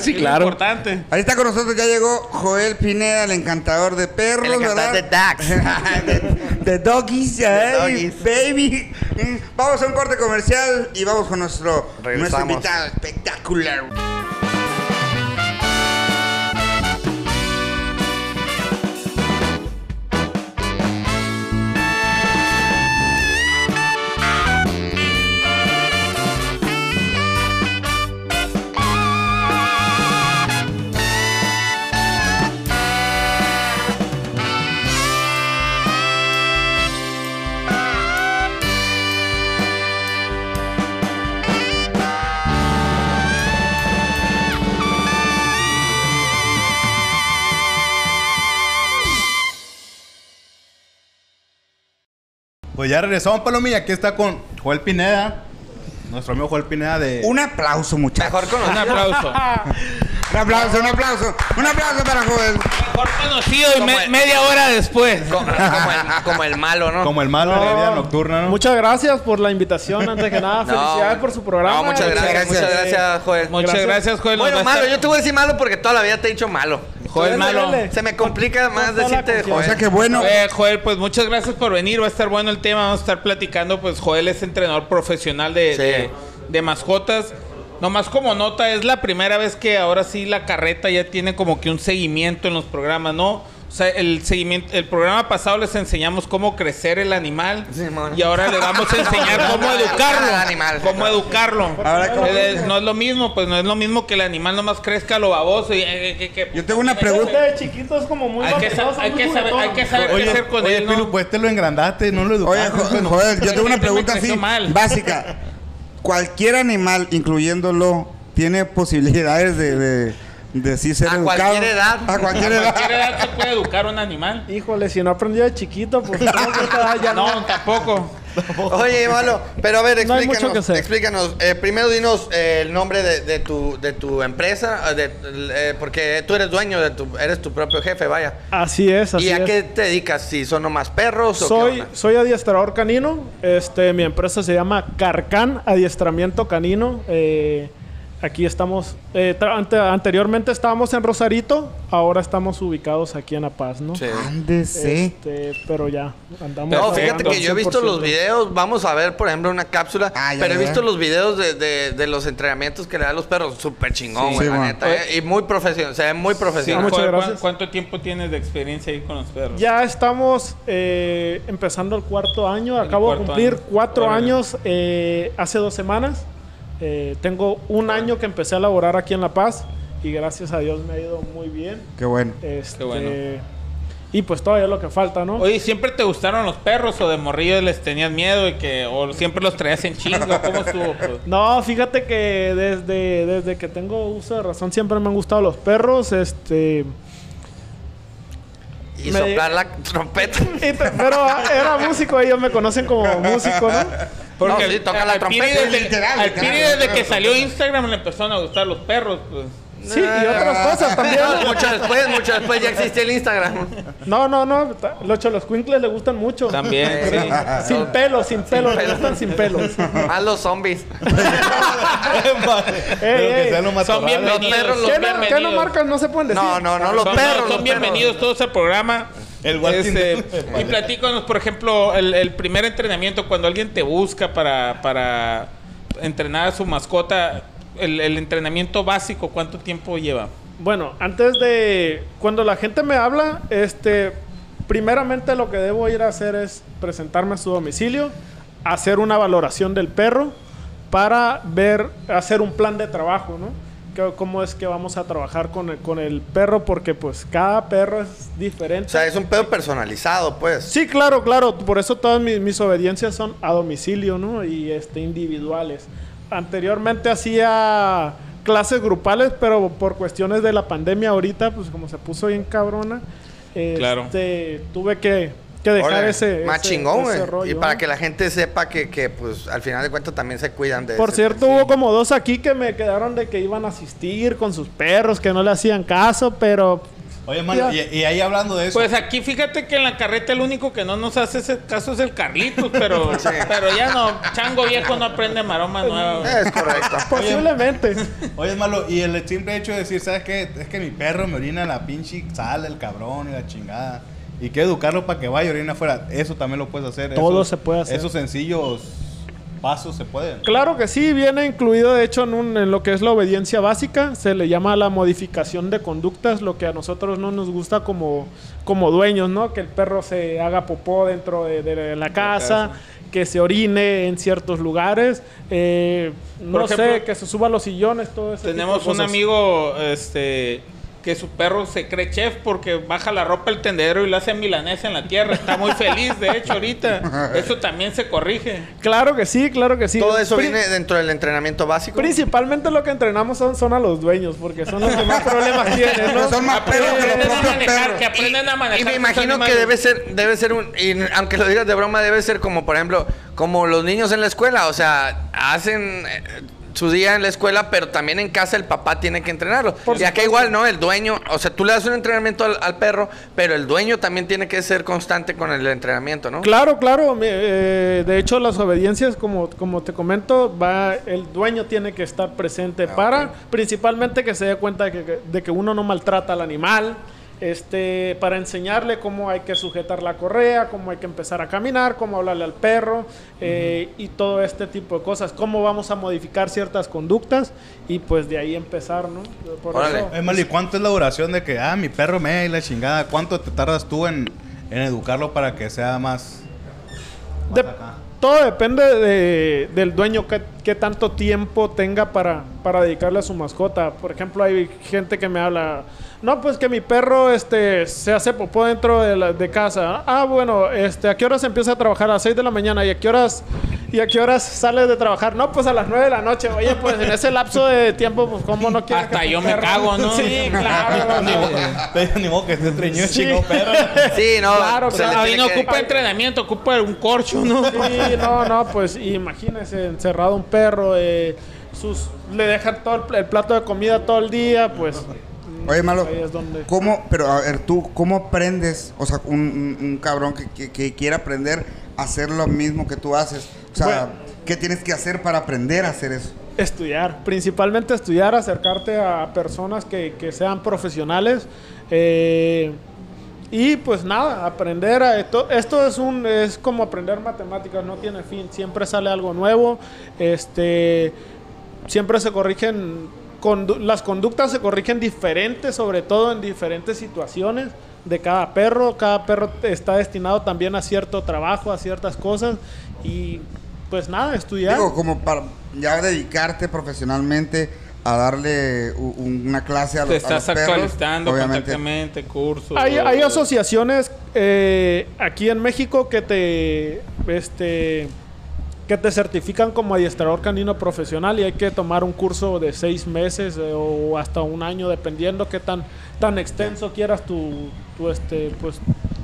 Speaker 7: sí,
Speaker 2: Es
Speaker 7: claro.
Speaker 2: importante.
Speaker 4: Ahí está con nosotros, ya llegó Joel Pineda, el encantador de perros,
Speaker 3: El encantador
Speaker 4: ¿verdad? Ah,
Speaker 3: de
Speaker 4: de, de doggies, ay,
Speaker 3: doggies.
Speaker 4: baby. Mm, Vamos a un corte comercial y vamos con nuestro, nuestro
Speaker 3: Regresamos.
Speaker 4: invitado espectacular.
Speaker 1: Pues ya regresamos, Palomilla. Aquí está con Joel Pineda. Nuestro amigo Joel Pineda de...
Speaker 4: Un aplauso, muchachos.
Speaker 3: Mejor con
Speaker 2: Un aplauso.
Speaker 4: Un aplauso, un aplauso. Un aplauso para Joel.
Speaker 2: Mejor conocido y
Speaker 3: Como
Speaker 2: me-
Speaker 3: el-
Speaker 2: media hora después.
Speaker 3: como, como el, como el malo, ¿no?
Speaker 1: Como el malo de vida nocturna, ¿no?
Speaker 6: Muchas gracias por la invitación, antes que nada.
Speaker 3: No,
Speaker 6: Felicidades por su programa.
Speaker 3: No, muchas gracias, muchas
Speaker 6: Eh,
Speaker 3: gracias, Joel.
Speaker 2: Muchas gracias,
Speaker 6: Gracias.
Speaker 2: Joel. nos va
Speaker 3: Bueno,
Speaker 2: a
Speaker 3: malo,
Speaker 2: estar-
Speaker 3: yo te voy a decir malo porque toda la vida te he dicho malo.
Speaker 2: Joel
Speaker 6: Dele,
Speaker 2: Malo.
Speaker 6: dele.
Speaker 3: Se me complica más
Speaker 6: toda la
Speaker 3: decirte
Speaker 6: confianza.
Speaker 4: O
Speaker 3: Joel.
Speaker 4: sea que bueno.
Speaker 2: Eh, Joel, pues muchas gracias por venir. Va a estar bueno el tema. Vamos a estar platicando. Pues Joel es entrenador profesional de,
Speaker 3: Sí.
Speaker 2: de, de mascotas. Nomás como nota, es la primera vez que ahora sí la carreta ya tiene como que un seguimiento en los programas, ¿no? O sea, el, seguimiento, el programa pasado les enseñamos cómo crecer el animal
Speaker 3: Simón.
Speaker 2: y ahora les vamos a enseñar cómo educarlo.
Speaker 3: Al animal.
Speaker 2: Cómo educarlo.
Speaker 4: Ahora, ¿cómo?
Speaker 2: El- el- no es lo mismo, pues no es lo mismo que el animal nomás crezca lo baboso. Y, eh, que- que-
Speaker 4: Yo tengo una
Speaker 2: que-
Speaker 4: pregunta.
Speaker 6: De chiquito es como muy
Speaker 2: Hay que,
Speaker 6: baboso,
Speaker 2: sa- hay
Speaker 6: muy
Speaker 2: que saber, hay
Speaker 6: juguetón.
Speaker 2: que saber qué
Speaker 1: Oye,
Speaker 2: hacer con
Speaker 1: oye,
Speaker 2: él. ¿no?
Speaker 1: Pilu, pues te lo engrandaste, no lo
Speaker 4: Oye,
Speaker 1: educaste. pues,
Speaker 4: jo-
Speaker 1: no.
Speaker 4: joder, yo
Speaker 2: Pero es
Speaker 4: tengo una
Speaker 2: que me
Speaker 4: pregunta
Speaker 2: creció
Speaker 4: así,
Speaker 2: mal.
Speaker 4: básica. ¿Cualquier animal, incluyéndolo, tiene posibilidades de, de, de sí ser
Speaker 3: A
Speaker 4: educado?
Speaker 3: cualquier edad.
Speaker 4: A cualquier
Speaker 2: ¿A
Speaker 4: edad.
Speaker 2: cualquier edad se puede educar un animal?
Speaker 6: Híjole, si no aprendí de chiquito, pues creo que esta edad ya no.
Speaker 2: No, tampoco.
Speaker 3: Oye, malo, pero a ver,
Speaker 6: No hay
Speaker 3: explícanos.
Speaker 6: mucho que hacer.
Speaker 3: explícanos. Eh, primero dinos eh, el nombre de, de tu, de tu empresa, eh, de- eh, porque tú eres dueño, de tu, eres tu propio jefe, vaya.
Speaker 6: Así es, así
Speaker 3: ¿Y a
Speaker 6: es.
Speaker 3: qué te dedicas? ¿Si son nomás perros o qué
Speaker 6: Soy,
Speaker 3: onda?
Speaker 6: soy adiestrador canino. Este, mi empresa se llama Carcan Adiestramiento Canino. Eh, aquí estamos. eh, tra- ante- anteriormente estábamos en Rosarito, ahora estamos ubicados aquí en La Paz, ¿no?
Speaker 3: Sí.
Speaker 4: Ándese.
Speaker 6: Este, pero ya andamos.
Speaker 3: No,
Speaker 2: Perfecto.
Speaker 3: fíjate que yo he visto
Speaker 6: 100%.
Speaker 3: los videos. Vamos a ver, por ejemplo, una cápsula.
Speaker 4: Ah, ya,
Speaker 3: pero he
Speaker 4: ya.
Speaker 3: visto los videos de, de- de los entrenamientos que le dan los perros. Súper chingón,
Speaker 4: Sí,
Speaker 3: güey,
Speaker 4: sí,
Speaker 3: la
Speaker 4: bueno.
Speaker 3: neta. ¿eh? Y muy profesional. Se ve muy
Speaker 2: Sí,
Speaker 3: profesional.
Speaker 6: muchas
Speaker 2: joder, ¿cuán-
Speaker 6: gracias.
Speaker 2: ¿Cuánto tiempo tienes de experiencia ahí con los perros?
Speaker 6: Ya estamos eh, empezando el cuarto año.
Speaker 2: El
Speaker 6: Acabo de
Speaker 2: cuarto
Speaker 6: cumplir
Speaker 2: año.
Speaker 6: cuatro
Speaker 2: Órale.
Speaker 6: años eh, hace dos semanas. Eh, tengo un año que empecé a laborar aquí en La Paz y gracias a Dios me ha ido muy bien.
Speaker 4: Qué bueno.
Speaker 6: Este,
Speaker 2: Qué bueno.
Speaker 6: Y pues todavía lo que falta, ¿no?
Speaker 2: Oye, ¿siempre te gustaron los perros o de morrillo les tenías miedo y que o siempre los traías en chingo? ¿Cómo estuvo? pues?
Speaker 6: No, fíjate que desde, desde que tengo uso de razón siempre me han gustado los perros. Este.
Speaker 3: Y
Speaker 6: Me-
Speaker 3: soplar la trompeta.
Speaker 6: y te- pero ah, era músico, ellos me conocen como músico, ¿no?
Speaker 3: Porque
Speaker 2: al-
Speaker 3: sí, toca la
Speaker 2: al Piri
Speaker 3: trompeta.
Speaker 2: desde-
Speaker 4: Literal,
Speaker 2: al
Speaker 4: literal.
Speaker 2: Piri desde que salió Instagram le empezaron a gustar los perros. pues.
Speaker 6: Sí, y otras cosas también.
Speaker 3: No, mucho después, mucho después ya existía el Instagram.
Speaker 6: No, no, no. ta- Los choloscuincles le gustan mucho.
Speaker 2: También, sí.
Speaker 6: Sin pelo, sin pelo.
Speaker 3: pelo.
Speaker 6: Le gustan sin pelos.
Speaker 3: Más los zombies.
Speaker 1: Pero
Speaker 6: Ey,
Speaker 1: que
Speaker 6: ey.
Speaker 1: sean lo más
Speaker 2: Son
Speaker 1: orales.
Speaker 3: bien-
Speaker 2: bienvenidos.
Speaker 3: perros, los
Speaker 6: ¿Qué,
Speaker 2: son
Speaker 6: no, qué no
Speaker 2: bienvenidos.
Speaker 6: marcas no se pueden decir?
Speaker 3: No, no, no, los
Speaker 2: Son-
Speaker 3: perros.
Speaker 2: son
Speaker 3: los
Speaker 2: bienvenidos
Speaker 3: perros.
Speaker 2: todos al programa.
Speaker 1: El Walking
Speaker 2: Este,
Speaker 1: Dead.
Speaker 2: Y platícanos, por ejemplo, el, el primer entrenamiento, cuando alguien te busca para, para entrenar a su mascota, el, el entrenamiento básico, ¿cuánto tiempo lleva?
Speaker 6: Bueno, antes de cuando la gente me habla, este, primeramente lo que debo ir a hacer es presentarme a su domicilio, hacer una valoración del perro para ver, hacer un plan de trabajo, ¿no? Que- cómo es que vamos a trabajar con el, con el perro, porque pues cada perro es diferente.
Speaker 3: O sea, es un pedo personalizado, pues.
Speaker 6: Sí, claro, claro. Por eso todas mis, mis obediencias son a domicilio, ¿no? Y este, individuales. Anteriormente hacía clases grupales, pero por cuestiones de la pandemia ahorita, pues como se puso bien cabrona, este,
Speaker 2: Claro.
Speaker 6: tuve que, que dejar
Speaker 3: Órale,
Speaker 6: ese,
Speaker 3: Más
Speaker 6: ese-
Speaker 3: chingón,
Speaker 6: ese
Speaker 3: güey. Y
Speaker 6: rollo,
Speaker 3: para
Speaker 6: ¿no?
Speaker 3: que la gente sepa que, que, pues, al final de cuentas también se cuidan de
Speaker 6: Por
Speaker 3: ese-
Speaker 6: cierto,
Speaker 3: sí.
Speaker 6: hubo como dos aquí que me quedaron de que iban a asistir con sus perros, que no le hacían caso, pero...
Speaker 1: Oye, mano, y, y ahí hablando de eso.
Speaker 2: Pues aquí fíjate que en la carreta el único que no nos hace ese caso es el Carlitos, pero,
Speaker 3: Sí.
Speaker 2: pero ya no, chango viejo no aprende maroma
Speaker 1: Eh,
Speaker 2: nueva. güey.
Speaker 3: Es correcto.
Speaker 6: Posiblemente.
Speaker 1: Oye, es malo, y el simple hecho de decir, ¿sabes qué? Es que mi perro me orina la pinche sal, el cabrón y la chingada. Y que educarlo para que vaya y orina afuera. Eso también lo puedes hacer.
Speaker 6: Todo
Speaker 1: Esos-
Speaker 6: se puede hacer.
Speaker 1: Esos sencillos pasos se pueden.
Speaker 6: Claro que sí, viene incluido de hecho en, un- en lo que es la obediencia básica, se le llama la modificación de conductas, lo que a nosotros no nos gusta como, como dueños, ¿no? Que el perro se haga popó dentro de, de la casa, que se orine en ciertos lugares, eh, no
Speaker 2: Por
Speaker 6: sé,
Speaker 2: ejemplo,
Speaker 6: que se suba a los sillones, todo eso.
Speaker 2: Tenemos un amigo este que su perro se cree chef porque baja la ropa el tendero y lo hace milanesa en la tierra. Está muy feliz, de hecho, ahorita. Eso también se corrige.
Speaker 6: Claro que sí, claro que sí.
Speaker 3: Todo eso
Speaker 6: Pri-
Speaker 3: viene dentro del entrenamiento básico.
Speaker 6: Principalmente lo que entrenamos son, son a los dueños, porque son los que más problemas tienen, ¿no?
Speaker 4: Son más perros que los
Speaker 2: Aprendan a
Speaker 4: propios
Speaker 2: manejar,
Speaker 4: perros.
Speaker 2: que aprendan a manejar.
Speaker 3: Y me
Speaker 2: sus
Speaker 3: imagino que
Speaker 2: animales.
Speaker 3: debe ser, debe ser un, y aunque lo digas de broma, debe ser como, por ejemplo, como los niños en la escuela, o sea, hacen eh, su día en la escuela, pero también en casa el papá tiene que entrenarlo. y acá igual, ¿no? El dueño, o sea, tú le das un entrenamiento al, al perro, pero el dueño también tiene que ser constante con el entrenamiento, ¿no?
Speaker 6: Claro, claro. me- eh, de hecho, las obediencias, como, como te comento, va el dueño tiene que
Speaker 3: Ah,
Speaker 6: estar presente para principalmente que se dé cuenta de que, de que uno no maltrata al animal, este, para enseñarle cómo hay que sujetar la correa, cómo hay que empezar a caminar, cómo hablarle al perro eh, y todo este tipo de cosas, cómo vamos a modificar ciertas conductas y pues de ahí empezar, ¿no? Por
Speaker 3: Órale.
Speaker 6: eso-
Speaker 1: Emily, ¿cuánto es la duración de que, ah, mi perro me y la chingada? ¿Cuánto te tardas tú en, en educarlo para que sea más...
Speaker 6: De-
Speaker 1: acá.
Speaker 6: todo depende de- del dueño qué, qué tanto tiempo tenga para, para dedicarle a su mascota. Por ejemplo, hay gente que me habla, no, pues que mi perro este, se hace popó dentro de, la- de casa. Ah, bueno, este, ¿a qué horas empieza a trabajar? A las 6 de la mañana. ¿Y a qué horas, y a qué horas sales de trabajar? No, pues a las 9 de la noche. Oye, pues en ese lapso de tiempo, pues cómo no quieres
Speaker 2: Hasta
Speaker 6: que tu
Speaker 2: yo me
Speaker 6: perro-
Speaker 2: cago, ¿no?
Speaker 6: Sí, claro.
Speaker 1: ni, modo, ni modo que esté treñido,
Speaker 6: Sí.
Speaker 1: chingo perro.
Speaker 3: Sí, no.
Speaker 6: Claro,
Speaker 3: se
Speaker 6: claro.
Speaker 3: le
Speaker 2: Ahí
Speaker 3: tiene
Speaker 2: no
Speaker 3: que-
Speaker 2: ocupa entrenamiento, ocupa un corcho, ¿no?
Speaker 6: Sí, no, no, pues imagínese, encerrado un perro, eh, sus, le dejan todo el, pl- el plato de comida todo el día, pues.
Speaker 4: Oye, malo,
Speaker 6: Ahí es donde.
Speaker 4: ¿cómo, pero a ver, tú, cómo aprendes? O sea, un, un- un cabrón que, que, que quiere aprender a hacer lo mismo que tú haces. O sea,
Speaker 6: Bueno.
Speaker 4: ¿qué tienes que hacer para aprender a hacer eso?
Speaker 6: Estudiar, principalmente estudiar, acercarte a personas que, que sean profesionales. eh, y pues nada, aprender a esto. Esto es un es como aprender matemáticas, no tiene fin. Siempre sale algo nuevo. Este siempre se corrigen condu- las conductas se corrigen diferentes, sobre todo en diferentes situaciones de cada perro. Cada perro está destinado también a cierto trabajo, a ciertas cosas. Y pues nada, estudiar.
Speaker 4: Digo, como para ya dedicarte profesionalmente a darle u- un- una clase a los,
Speaker 2: Te
Speaker 4: a los
Speaker 2: estás
Speaker 4: perros,
Speaker 2: actualizando
Speaker 4: obviamente.
Speaker 2: constantemente, cursos.
Speaker 6: Hay, hay asociaciones eh, aquí en México que te este que te certifican como adiestrador canino profesional y hay que tomar un curso de seis meses eh, o hasta un año dependiendo qué tan tan extenso quieras tu, tu, este pues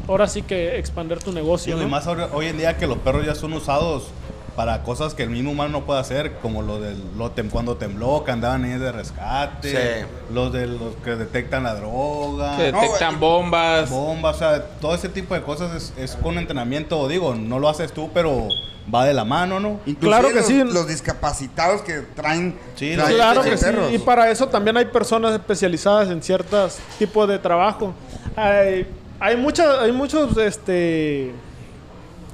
Speaker 6: ahora sí que expander tu
Speaker 1: Sí,
Speaker 6: negocio
Speaker 1: güey,
Speaker 6: ¿no?
Speaker 1: más ahora- hoy en día que los perros ya son usados para cosas que el mismo humano no puede hacer, como lo del lo tem- cuando tembló, que andaban ahí de rescate,
Speaker 3: Sí.
Speaker 1: los de los que detectan la droga,
Speaker 2: Que detectan bombas.
Speaker 1: bombas, o sea, todo ese tipo de cosas es, es con entrenamiento, digo, no lo haces tú, pero va de la mano, ¿no?
Speaker 4: Inclusive
Speaker 6: Claro que
Speaker 4: los,
Speaker 6: sí.
Speaker 4: Los discapacitados que traen.
Speaker 1: Sí,
Speaker 4: traen
Speaker 6: Claro que
Speaker 4: estos
Speaker 6: sí.
Speaker 4: perros.
Speaker 6: Y para eso también hay personas especializadas en ciertos tipos de trabajo. Hay, hay muchas, hay muchos, este,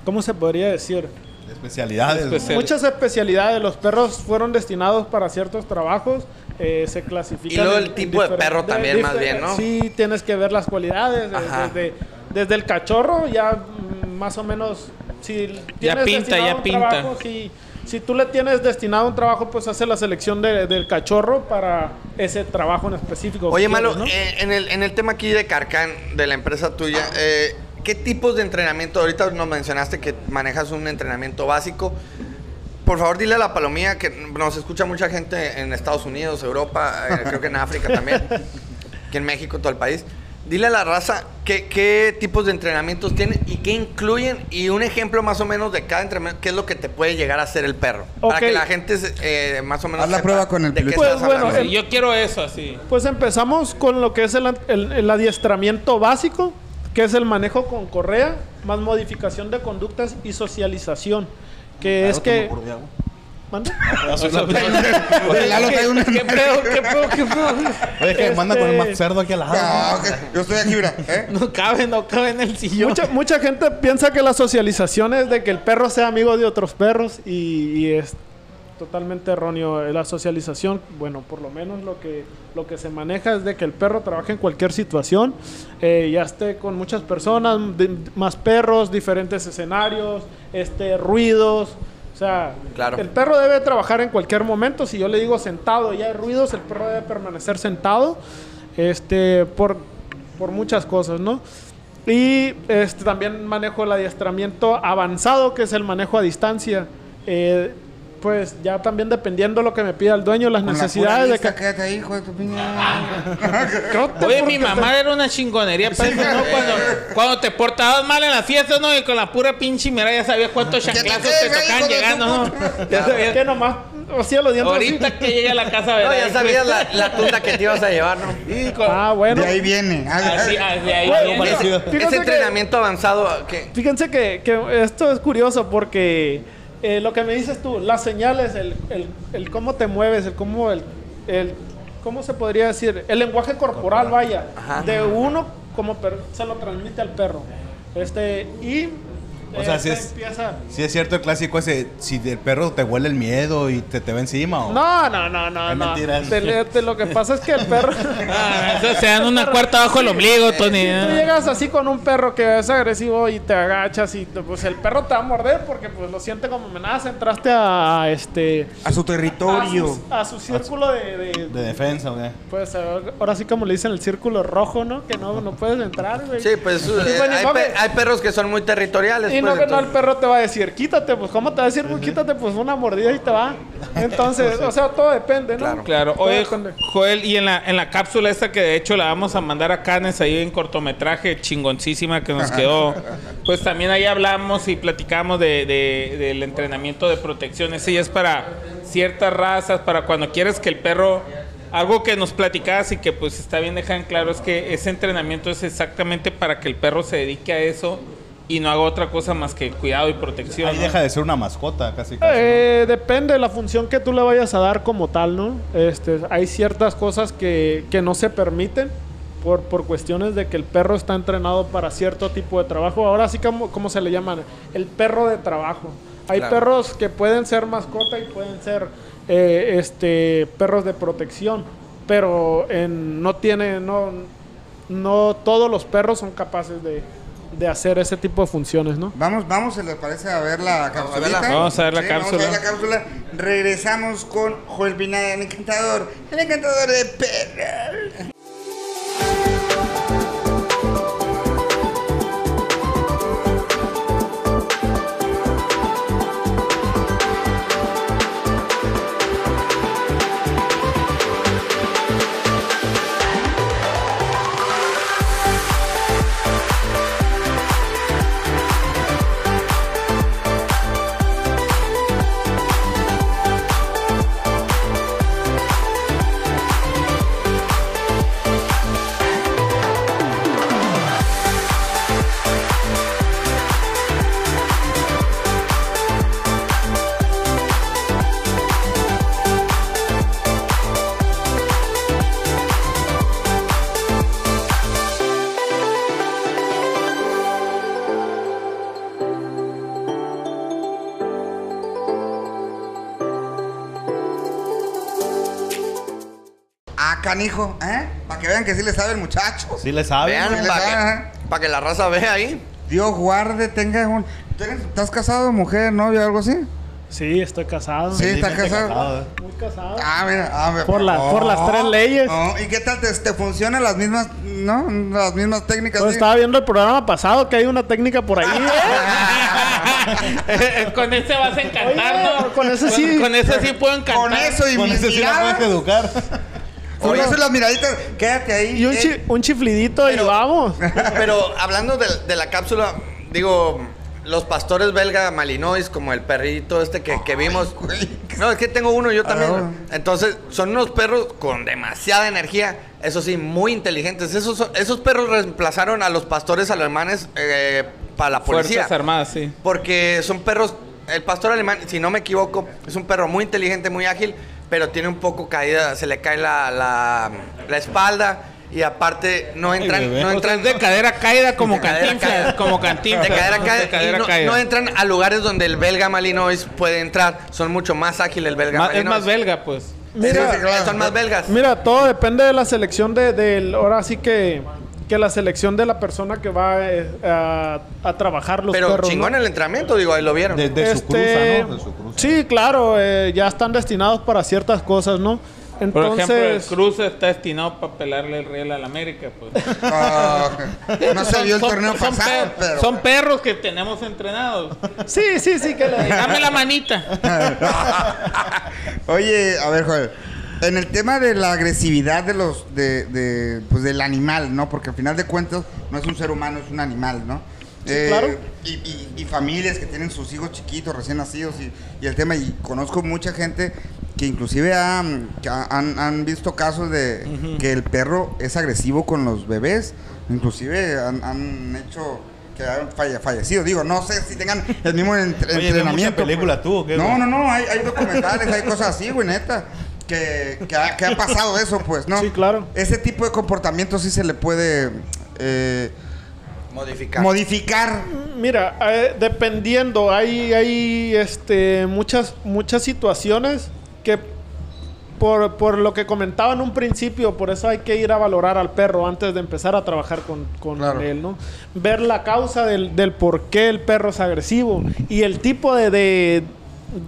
Speaker 6: ¿cómo se podría decir?
Speaker 1: Especialidades. güey.
Speaker 2: Especial-
Speaker 6: Muchas especialidades. Los perros fueron destinados para ciertos trabajos. eh, se
Speaker 3: Y
Speaker 6: clasifican.
Speaker 3: luego
Speaker 6: en-
Speaker 3: el
Speaker 6: en
Speaker 3: tipo de
Speaker 6: diferen-
Speaker 3: perro también,
Speaker 6: dife-
Speaker 3: más bien, ¿no?
Speaker 6: Sí, tienes que ver las cualidades. de-
Speaker 3: Ajá.
Speaker 6: Desde, desde el cachorro, ya mm, más o menos. Si tienes
Speaker 2: pinta,
Speaker 6: destinado
Speaker 2: ya
Speaker 6: un
Speaker 2: pinta.
Speaker 6: trabajo, si, si tú le tienes destinado un trabajo, pues hace la selección de- del cachorro para ese trabajo en específico. que
Speaker 3: Oye,
Speaker 6: quieres,
Speaker 3: Malo,
Speaker 6: ¿no?
Speaker 3: eh, en, el, en el tema aquí de Carcán, de la empresa tuya, eh, ¿qué tipos de entrenamiento? Ahorita nos mencionaste que manejas un entrenamiento básico. Por favor, dile a la palomía que nos escucha mucha gente en Estados Unidos, Europa, eh, creo que en África también, que en México, todo el país. Dile a la raza qué, qué tipos de entrenamientos tienen y qué incluyen y un ejemplo más o menos de cada entrenamiento, qué es lo que te puede llegar a hacer el perro. Para
Speaker 6: Ok.
Speaker 3: que la gente se- eh, más o menos...
Speaker 4: Haz la
Speaker 3: sepa
Speaker 4: prueba con el
Speaker 3: de qué
Speaker 4: peluche.
Speaker 3: estás
Speaker 6: Pues, bueno,
Speaker 3: hablando.
Speaker 2: Sí, yo quiero eso así.
Speaker 6: Pues empezamos con lo que es el, el- el adiestramiento básico, que es el manejo con correa, más modificación de conductas y socialización. Que es que. ¿Mande?
Speaker 4: Oye, Lalo trae una-
Speaker 2: ¿Qué pedo? ¿Qué pedo? ¿Qué pedo?
Speaker 1: Oye, que manda con el
Speaker 6: Este-
Speaker 1: más cerdo aquí al lado.
Speaker 4: No, que- yo estoy aquí, mira. ¿eh?
Speaker 2: No cabe, no cabe en el sillón.
Speaker 6: Mucha, mucha gente piensa que la socialización es de que el perro sea amigo de otros perros y, y es totalmente erróneo. Eh, La socialización, bueno, por lo menos lo que, lo que se maneja es de que el perro trabaje en cualquier situación, eh, ya esté con muchas personas, de- más perros, diferentes escenarios, este, ruidos. O sea,
Speaker 3: Claro.
Speaker 6: el perro debe trabajar en cualquier momento. Si yo le digo sentado y hay ruidos, el perro debe permanecer sentado este, por, por muchas cosas, ¿no? Y este, también manejo el adiestramiento avanzado, que es el manejo a distancia. Eh, pues ya también dependiendo lo que me pida el dueño, las
Speaker 4: Con la
Speaker 6: necesidades
Speaker 4: pura
Speaker 6: de
Speaker 4: vista,
Speaker 6: que...
Speaker 4: Quédate ahí, hijo de tu piña.
Speaker 2: Oye, mi mamá era una chingonería para eso, ¿no? Cuando, cuando te portabas mal en la fiesta, ¿no? Y con la pura pinche mirada ya sabías cuántos chanclazos te tocaban llegando, ¿no? Ya sabías.
Speaker 6: Que nomás hacía los dientes así.
Speaker 2: Ahorita que llegue a la casa,
Speaker 3: No,
Speaker 2: ¿verdad?
Speaker 3: ya sabías la, la tunda que te ibas a llevar, ¿no?
Speaker 6: Ah, bueno.
Speaker 4: De ahí viene.
Speaker 2: Así, así, ahí
Speaker 6: Güey,
Speaker 2: viene.
Speaker 6: ese-
Speaker 3: Ese,
Speaker 6: Fíjate que-
Speaker 3: entrenamiento avanzado que
Speaker 6: Fíjense que, que esto es curioso porque eh, lo que me dices tú, las señales, el, el- el cómo te mueves, el cómo, el, el- ¿cómo se podría decir? El lenguaje corporal, vaya, de uno como per- se lo transmite al perro. Este, y
Speaker 1: O sea,
Speaker 6: este,
Speaker 1: si es-
Speaker 6: empieza...
Speaker 1: Si es cierto el clásico ese, si el perro te huele el miedo y te, te ve encima o...
Speaker 6: No, no, no, no,
Speaker 1: Es
Speaker 6: no.
Speaker 1: mentira.
Speaker 6: Te- te- lo que pasa es que el perro...
Speaker 2: Ah, eso se dan una cuarta abajo del ombligo, Tony.
Speaker 6: Si tú
Speaker 2: ¿no?
Speaker 6: llegas así con un perro que es agresivo y te agachas y te- pues el perro te va a morder porque pues lo siente como amenaza, entraste a, a, este
Speaker 4: A su
Speaker 6: a
Speaker 4: territorio.
Speaker 6: su, a su círculo de, de-
Speaker 1: De defensa, güey.
Speaker 6: pues ahora ahora sí como le dicen el círculo rojo, ¿no? Que no, no puedes entrar, güey.
Speaker 3: Sí, pues eh,
Speaker 6: Y bueno, y
Speaker 3: hay,
Speaker 6: no
Speaker 3: pe-
Speaker 6: que-
Speaker 3: hay perros que son muy territoriales.
Speaker 6: y
Speaker 3: pues,
Speaker 6: no que no el
Speaker 3: entonces-
Speaker 6: perro te va a decir, quítate, pues ¿cómo te va a decir? Pues, quítate, pues una mordida y te va. Entonces, o sea, todo depende, ¿no?
Speaker 3: Claro.
Speaker 2: Claro,
Speaker 6: Todo
Speaker 2: oye,
Speaker 6: depende.
Speaker 2: Joel, y en la, en la cápsula esta que de hecho la vamos a mandar a Canes ahí en cortometraje, chingoncísima que nos quedó, pues también ahí hablamos y platicamos de, de- del entrenamiento de protección. Ese ya es para ciertas razas, para cuando quieres que el perro. Algo que nos platicabas y que pues está bien dejar en claro es que ese entrenamiento es exactamente para que el perro se dedique a eso y no haga otra cosa más que cuidado y protección.
Speaker 1: Ahí
Speaker 2: ¿no?
Speaker 1: deja de ser una mascota, casi. casi ¿no?
Speaker 6: Eh, Depende de la función que tú le vayas a dar como tal, ¿no? Este, hay ciertas cosas que, que no se permiten por, por cuestiones de que el perro está entrenado para cierto tipo de trabajo. Ahora sí, como, como se le llaman, el perro de trabajo. Hay
Speaker 3: Claro.
Speaker 6: perros que pueden ser mascota y pueden ser eh, este, perros de protección, pero en- no tiene, no, no todos los perros son capaces de, de hacer ese tipo de funciones, ¿no?
Speaker 4: Vamos, vamos, se les parece a ver la cápsula.
Speaker 3: verla.
Speaker 2: Vamos a ver la cápsula.
Speaker 4: Vamos a ver la cápsula. Regresamos con Joel Pineda, el encantador. El encantador de perros. Ah, canijo, ¿eh? Para que vean que sí le sabe el muchacho.
Speaker 1: Sí le sabe.
Speaker 3: Vean,
Speaker 4: Sí,
Speaker 3: para
Speaker 4: ajá.
Speaker 3: que, pa' que la raza vea ahí.
Speaker 4: Dios guarde, tenga un. ¿Tú eres- ¿Estás casado, mujer, novio, algo así?
Speaker 6: Sí, estoy casado.
Speaker 4: Sí, estás
Speaker 1: Felizmente
Speaker 4: casado.
Speaker 1: casado, ¿eh?
Speaker 6: Muy casado.
Speaker 4: Ah, mira, ah, mira.
Speaker 6: Por la- por las tres leyes.
Speaker 4: Oh, ¿Y qué tal te, te funcionan las mismas, no? Las mismas técnicas.
Speaker 6: Pues
Speaker 4: ¿sí?
Speaker 6: estaba viendo el programa pasado que hay una técnica por ahí.
Speaker 1: Ah,
Speaker 2: con ese vas a encantar,
Speaker 6: Oye,
Speaker 2: ¿no?
Speaker 6: con ese sí.
Speaker 2: Con, ese sí puedo encantar.
Speaker 4: Con eso y
Speaker 1: Con
Speaker 4: mis
Speaker 1: ese sí la puedes
Speaker 4: miradas.
Speaker 1: educar.
Speaker 4: Con eso y las miraditas. Quédate ahí.
Speaker 6: Y un,
Speaker 4: eh.
Speaker 6: chi- un chiflidito y
Speaker 3: Pero-
Speaker 6: vamos.
Speaker 3: Pero hablando de, de la cápsula, digo, los pastores belga malinois, como el perrito este que, que vimos. No, es que tengo uno yo también. Entonces, son unos perros con demasiada energía, eso sí, muy inteligentes. Esos, son- esos perros reemplazaron a los pastores alemanes eh, para la policía.
Speaker 2: Fuerzas Armadas, sí.
Speaker 3: Porque son perros. El pastor alemán, si no me equivoco, es un perro muy inteligente, muy ágil, pero tiene un poco caída, se le cae la, la, la espalda y aparte no entran.
Speaker 1: bebé.
Speaker 3: no
Speaker 1: O sea,
Speaker 3: entran
Speaker 2: Pues de cadera caída como
Speaker 3: De cadera
Speaker 2: cantinflas,
Speaker 3: caída.
Speaker 2: como cantinflas.
Speaker 3: de cadera
Speaker 2: ¿no?
Speaker 3: caída,
Speaker 2: De cadera
Speaker 3: y no,
Speaker 2: caída.
Speaker 3: no entran a lugares donde el belga malinois puede entrar. Son mucho más ágiles el belga
Speaker 2: Ma- es
Speaker 3: malinois.
Speaker 2: más belga, pues.
Speaker 6: Mira,
Speaker 3: Sí, claro. Son más belgas.
Speaker 6: Mira, todo depende de la selección de, del. Ahora sí que. Que la selección de la persona que va eh, a, a trabajar los
Speaker 3: pero
Speaker 6: perros.
Speaker 3: chingón
Speaker 6: ¿no?
Speaker 3: el entrenamiento, digo, ahí lo vieron.
Speaker 1: De, de su
Speaker 6: Este,
Speaker 1: cruza, ¿no? De su cruza.
Speaker 6: Sí, claro, eh, ya están destinados para ciertas cosas, ¿no?
Speaker 2: Por
Speaker 6: Entonces,
Speaker 2: ejemplo, el Cruz está destinado para pelarle el riel a la América, pues.
Speaker 4: Ah, no se
Speaker 2: Son-
Speaker 4: vio el
Speaker 2: son-
Speaker 4: torneo
Speaker 2: son
Speaker 4: pasado,
Speaker 2: per-
Speaker 4: pero.
Speaker 2: Son perros que tenemos entrenados.
Speaker 6: sí, sí, sí, que le
Speaker 2: Dame la manita.
Speaker 4: Oye, a ver, Joel. En el tema de la agresividad de los, de, de, pues, del animal, ¿no? Porque al final de cuentas no es un ser humano, es un animal, ¿no? Eh,
Speaker 6: claro.
Speaker 4: Y, y- y familias que tienen sus hijos chiquitos, recién nacidos y, y el tema. Y conozco mucha gente que inclusive ha- que ha- han, han visto casos de que el perro es agresivo con los bebés. Inclusive han, han hecho que han falle- fallecido. Digo, no sé si tengan el mismo entre-
Speaker 1: Oye, ¿ves
Speaker 4: entrenamiento.
Speaker 1: mucha película
Speaker 4: pues.
Speaker 1: tú o qué,
Speaker 4: No,
Speaker 1: güey?
Speaker 4: no, no, hay, hay documentales, hay cosas así, güey, neta. Que, que ha, que ha pasado eso, pues, ¿no?
Speaker 6: Sí, claro.
Speaker 4: Ese tipo de comportamiento sí se le puede eh,
Speaker 3: Modificar.
Speaker 4: modificar.
Speaker 6: Mira, eh, dependiendo, hay, hay este, muchas, muchas situaciones que por, por lo que comentaba en un principio, por eso hay que ir a valorar al perro antes de empezar a trabajar con, con
Speaker 3: Claro.
Speaker 6: él, ¿no? Ver la causa del, del por qué el perro es agresivo y el tipo de, de,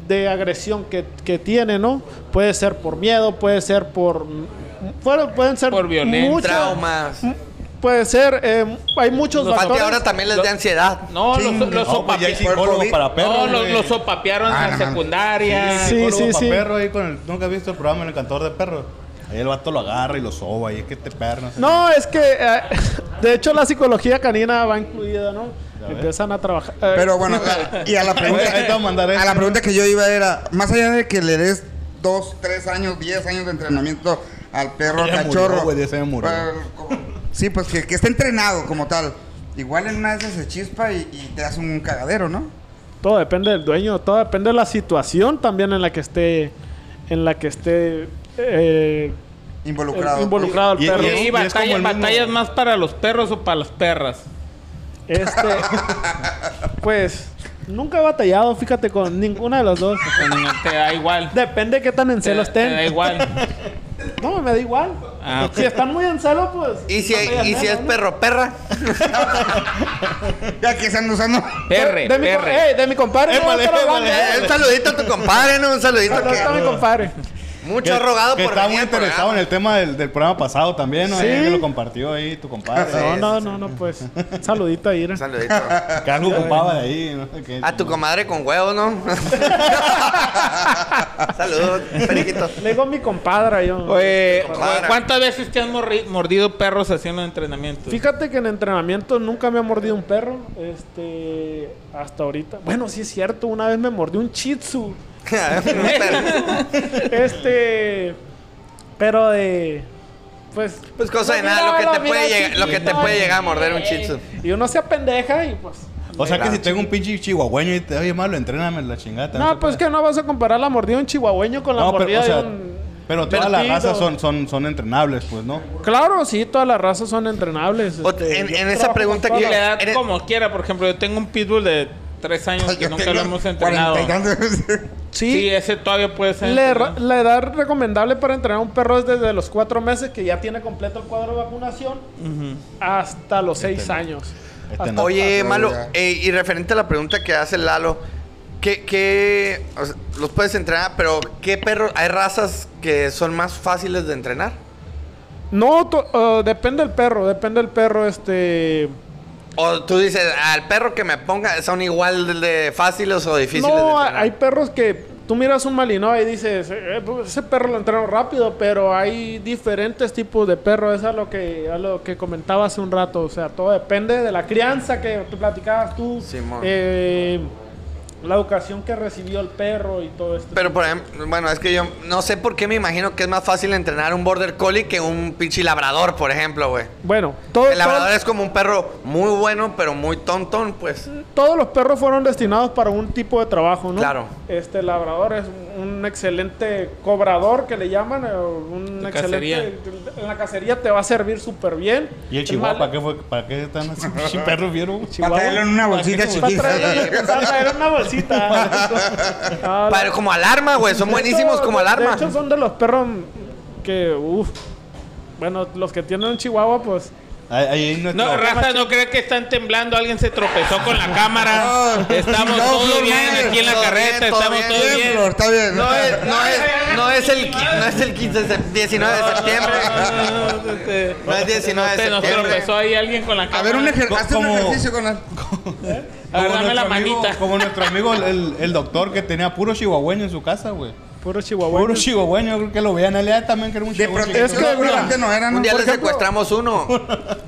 Speaker 6: de agresión que, que tiene, ¿no? Puede ser por miedo, puede ser por... fueron- pueden ser
Speaker 2: Por violencia.
Speaker 6: muchas-
Speaker 3: Traumas.
Speaker 6: m- Puede ser, eh, hay muchos
Speaker 3: Falta que
Speaker 6: factores.
Speaker 3: ahora también les dé ansiedad.
Speaker 2: No, los,
Speaker 4: Chinga.
Speaker 2: los
Speaker 1: No, pues ya hay
Speaker 2: sopapea-
Speaker 1: psicólogo
Speaker 4: Por
Speaker 1: para perros.
Speaker 2: no, los,
Speaker 1: güey.
Speaker 2: los sopapearon
Speaker 4: Ah,
Speaker 2: en la
Speaker 4: no.
Speaker 2: secundaria.
Speaker 6: Sí,
Speaker 1: Sí, sí,
Speaker 6: sí, sí.
Speaker 1: perro ahí con el, Nunca has visto el programa El Encantador de Perros. Ahí el vato lo agarra y lo soba. Y es que este perro. No, sé.
Speaker 6: No, es que eh, de hecho la psicología canina va incluida, ¿no?
Speaker 1: Ya ves.
Speaker 6: Empiezan a trabajar. eh,
Speaker 4: Pero bueno, a- y a la pregunta,
Speaker 1: Ahí te voy a mandar
Speaker 4: a
Speaker 1: esto.
Speaker 4: la pregunta que yo iba era, más allá de que le des dos, tres años, diez años de entrenamiento al perro
Speaker 1: Ya murió,
Speaker 4: cachorro.
Speaker 1: güey, de ese ya murió.
Speaker 4: eh, como- sí, pues que, que esté entrenado como tal. Igual en una de esas se chispa y, y te hace un cagadero, ¿no?
Speaker 6: todo depende del dueño, todo depende de la situación también en la que esté, en la que esté eh,
Speaker 1: Eh,
Speaker 4: Involucrado.
Speaker 6: involucrado el
Speaker 1: Y- y-
Speaker 6: perro.
Speaker 2: Y
Speaker 1: es-
Speaker 2: ahí
Speaker 1: es como
Speaker 2: batalla-
Speaker 1: el mismo-
Speaker 2: batallas más para los perros o para las perras.
Speaker 6: Este, pues nunca he batallado, fíjate, con ninguna de las dos.
Speaker 2: Pues Te da igual.
Speaker 6: Depende de qué tan en
Speaker 2: Te,
Speaker 6: celo
Speaker 2: te da
Speaker 6: estén.
Speaker 2: igual.
Speaker 6: No, me da igual.
Speaker 2: Ah, ok.
Speaker 6: Si están muy en celo, pues.
Speaker 3: ¿Y si,
Speaker 6: batallas
Speaker 3: y si
Speaker 6: menos,
Speaker 3: es
Speaker 6: ¿no?
Speaker 3: perro perra?
Speaker 4: Ya que están usando.
Speaker 2: Perre,
Speaker 6: De mi, co-
Speaker 2: perre.
Speaker 6: ey, de mi compadre. no,
Speaker 1: Épale,
Speaker 6: otra
Speaker 1: épale,
Speaker 6: banda,
Speaker 1: épale.
Speaker 6: eh.
Speaker 3: Eh, un saludito a tu compadre, ¿no? Un saludito.
Speaker 6: No, no
Speaker 3: que-
Speaker 6: está mi compadre.
Speaker 3: mucho ha rogado
Speaker 1: que
Speaker 3: por
Speaker 1: está
Speaker 3: venir
Speaker 1: muy
Speaker 3: al programa.
Speaker 1: interesado en el tema del, del programa pasado también, ¿no?
Speaker 6: Sí.
Speaker 1: Ahí que lo compartió ahí tu compadre.
Speaker 6: No, no, no, no, pues. Un Saludito a Ira.
Speaker 3: Un saludito.
Speaker 1: Que algo ocupaba de ahí, ¿no? Que-
Speaker 3: A tu comadre con huevos, ¿no? Saludos, periquito.
Speaker 6: Le digo mi compadre, yo.
Speaker 2: Oye,
Speaker 3: Compadre.
Speaker 2: ¿cuántas veces te han morri- mordido perros haciendo entrenamiento?
Speaker 6: Fíjate que en entrenamiento nunca me ha mordido un perro. Este. Hasta ahorita. Bueno, sí es cierto. Una vez me mordió un shih tzu.
Speaker 3: Un perro.
Speaker 6: Este. Pero de. Pues.
Speaker 3: Pues cosa de
Speaker 6: Mira,
Speaker 3: nada, lo que te
Speaker 6: mira,
Speaker 3: puede llegar, lo que te
Speaker 6: chiquito,
Speaker 3: puede
Speaker 6: ay,
Speaker 3: llegar a morder un chitsu.
Speaker 6: Y uno se apendeja y pues.
Speaker 1: O sea que
Speaker 3: Claro,
Speaker 1: si tengo un pinche chihuahueño y te oye malo, entréname la chingada.
Speaker 6: No, pues que no vas a comparar la mordida de un chihuahueño con la
Speaker 1: No, pero,
Speaker 6: mordida
Speaker 1: o sea,
Speaker 6: de un.
Speaker 1: pero todas las
Speaker 6: Bertido.
Speaker 1: razas son, son, son entrenables, pues, ¿no?
Speaker 6: Claro, sí, todas las razas son entrenables.
Speaker 3: O-
Speaker 6: este,
Speaker 3: en-
Speaker 6: yo
Speaker 3: en esa
Speaker 6: trabajo con
Speaker 3: pregunta
Speaker 6: todas
Speaker 2: Y
Speaker 3: que-
Speaker 6: las-
Speaker 2: le da
Speaker 3: Eres-
Speaker 2: como quiera. Por ejemplo, yo tengo un pitbull de tres años que
Speaker 4: Yo
Speaker 2: nunca lo
Speaker 4: tengo
Speaker 2: hemos
Speaker 4: 40
Speaker 2: entrenado.
Speaker 4: y tantos.
Speaker 2: Sí, ese todavía puede ser.
Speaker 6: La,
Speaker 2: entrenado.
Speaker 6: ra- la edad recomendable para entrenar a un perro es desde los cuatro meses que ya tiene completo el cuadro de vacunación hasta los seis años.
Speaker 1: Este no.
Speaker 3: Oye,
Speaker 4: Ah,
Speaker 3: Malo,
Speaker 4: ya.
Speaker 3: eh, y referente a la pregunta que hace Lalo, ¿qué, qué- o sea, los puedes entrenar, pero qué perros, hay razas que son más fáciles de entrenar?
Speaker 6: No, to- uh, depende del perro, depende del perro, este...
Speaker 3: O tú dices, al perro que me ponga, ¿son igual de fáciles o difíciles de
Speaker 6: No,
Speaker 3: entrenar?
Speaker 6: hay perros que tú miras un malinois y dices, "Eh, pues, ese perro lo entreno rápido, pero hay diferentes tipos de perros, eso es lo que, a lo que comentaba hace un rato, o sea, todo depende de la crianza que tú platicabas tú,
Speaker 3: Simón.
Speaker 6: eh, la educación que recibió el perro y todo esto.
Speaker 3: Pero por ejemplo, bueno, es que yo no sé por qué me imagino que es más fácil entrenar un border collie que un pinche labrador, por ejemplo, güey.
Speaker 6: bueno, todo,
Speaker 3: El labrador
Speaker 6: todo-
Speaker 3: es como un perro muy bueno, pero muy tontón, pues.
Speaker 6: todos los perros fueron destinados para un tipo de trabajo, ¿no?
Speaker 3: Claro.
Speaker 6: Este el labrador es un un excelente cobrador que le llaman, eh, un
Speaker 2: De
Speaker 6: excelente en la cacería te va a servir súper bien.
Speaker 1: ¿Y el
Speaker 6: Es
Speaker 1: chihuahua?
Speaker 6: mal-
Speaker 1: ¿Para qué, fue, ¿Para qué están así? pinche perro vieron?
Speaker 4: Para traerlo en una bolsita
Speaker 6: Va a traer,
Speaker 4: chiquita.
Speaker 6: va a traer una bolsita. Ah, No, la-
Speaker 3: Pero como alarma, güey. Son buenísimos
Speaker 6: de-
Speaker 3: como
Speaker 6: De
Speaker 3: alarma.
Speaker 6: hecho, son de los perros que, uff. Bueno, los que tienen un chihuahua, pues.
Speaker 1: Ahí, ahí nuestro-
Speaker 2: No, raza, no cree que están temblando. Alguien se tropezó con la cámara.
Speaker 4: No,
Speaker 2: Estamos
Speaker 4: no,
Speaker 2: todos
Speaker 4: Flor,
Speaker 2: bien
Speaker 4: no,
Speaker 2: aquí en la
Speaker 3: todo
Speaker 2: carreta.
Speaker 3: bien, todo
Speaker 2: Estamos
Speaker 3: bien.
Speaker 2: todos
Speaker 4: Bien,
Speaker 2: bien.
Speaker 4: Flor, está bien.
Speaker 3: No eh, es, no es, no es el, qui- no es el 15 de sep- 19 de septiembre.
Speaker 2: este,
Speaker 3: No es 19 de
Speaker 2: este, nos
Speaker 3: septiembre.
Speaker 2: tropezó ahí alguien con la cámara.
Speaker 4: A ver, un, ejer-
Speaker 1: Co-
Speaker 4: hazte un
Speaker 1: como-
Speaker 4: ejercicio con él.
Speaker 1: como
Speaker 2: Agarrame la
Speaker 1: nuestro amigo-
Speaker 2: manita.
Speaker 1: como nuestro amigo, el, el- el doctor que tenía puro chihuahueño en su casa, güey.
Speaker 6: Puro chihuahua.
Speaker 1: Puro chihuahueño, creo que lo veían. Él era también que era un
Speaker 4: De
Speaker 1: chihuahueño.
Speaker 6: Es que,
Speaker 4: protección,
Speaker 6: mira,
Speaker 1: "Ah,
Speaker 4: seguramente no era, ¿no?
Speaker 3: Un día
Speaker 4: Por
Speaker 3: le
Speaker 4: ejemplo,
Speaker 3: secuestramos uno.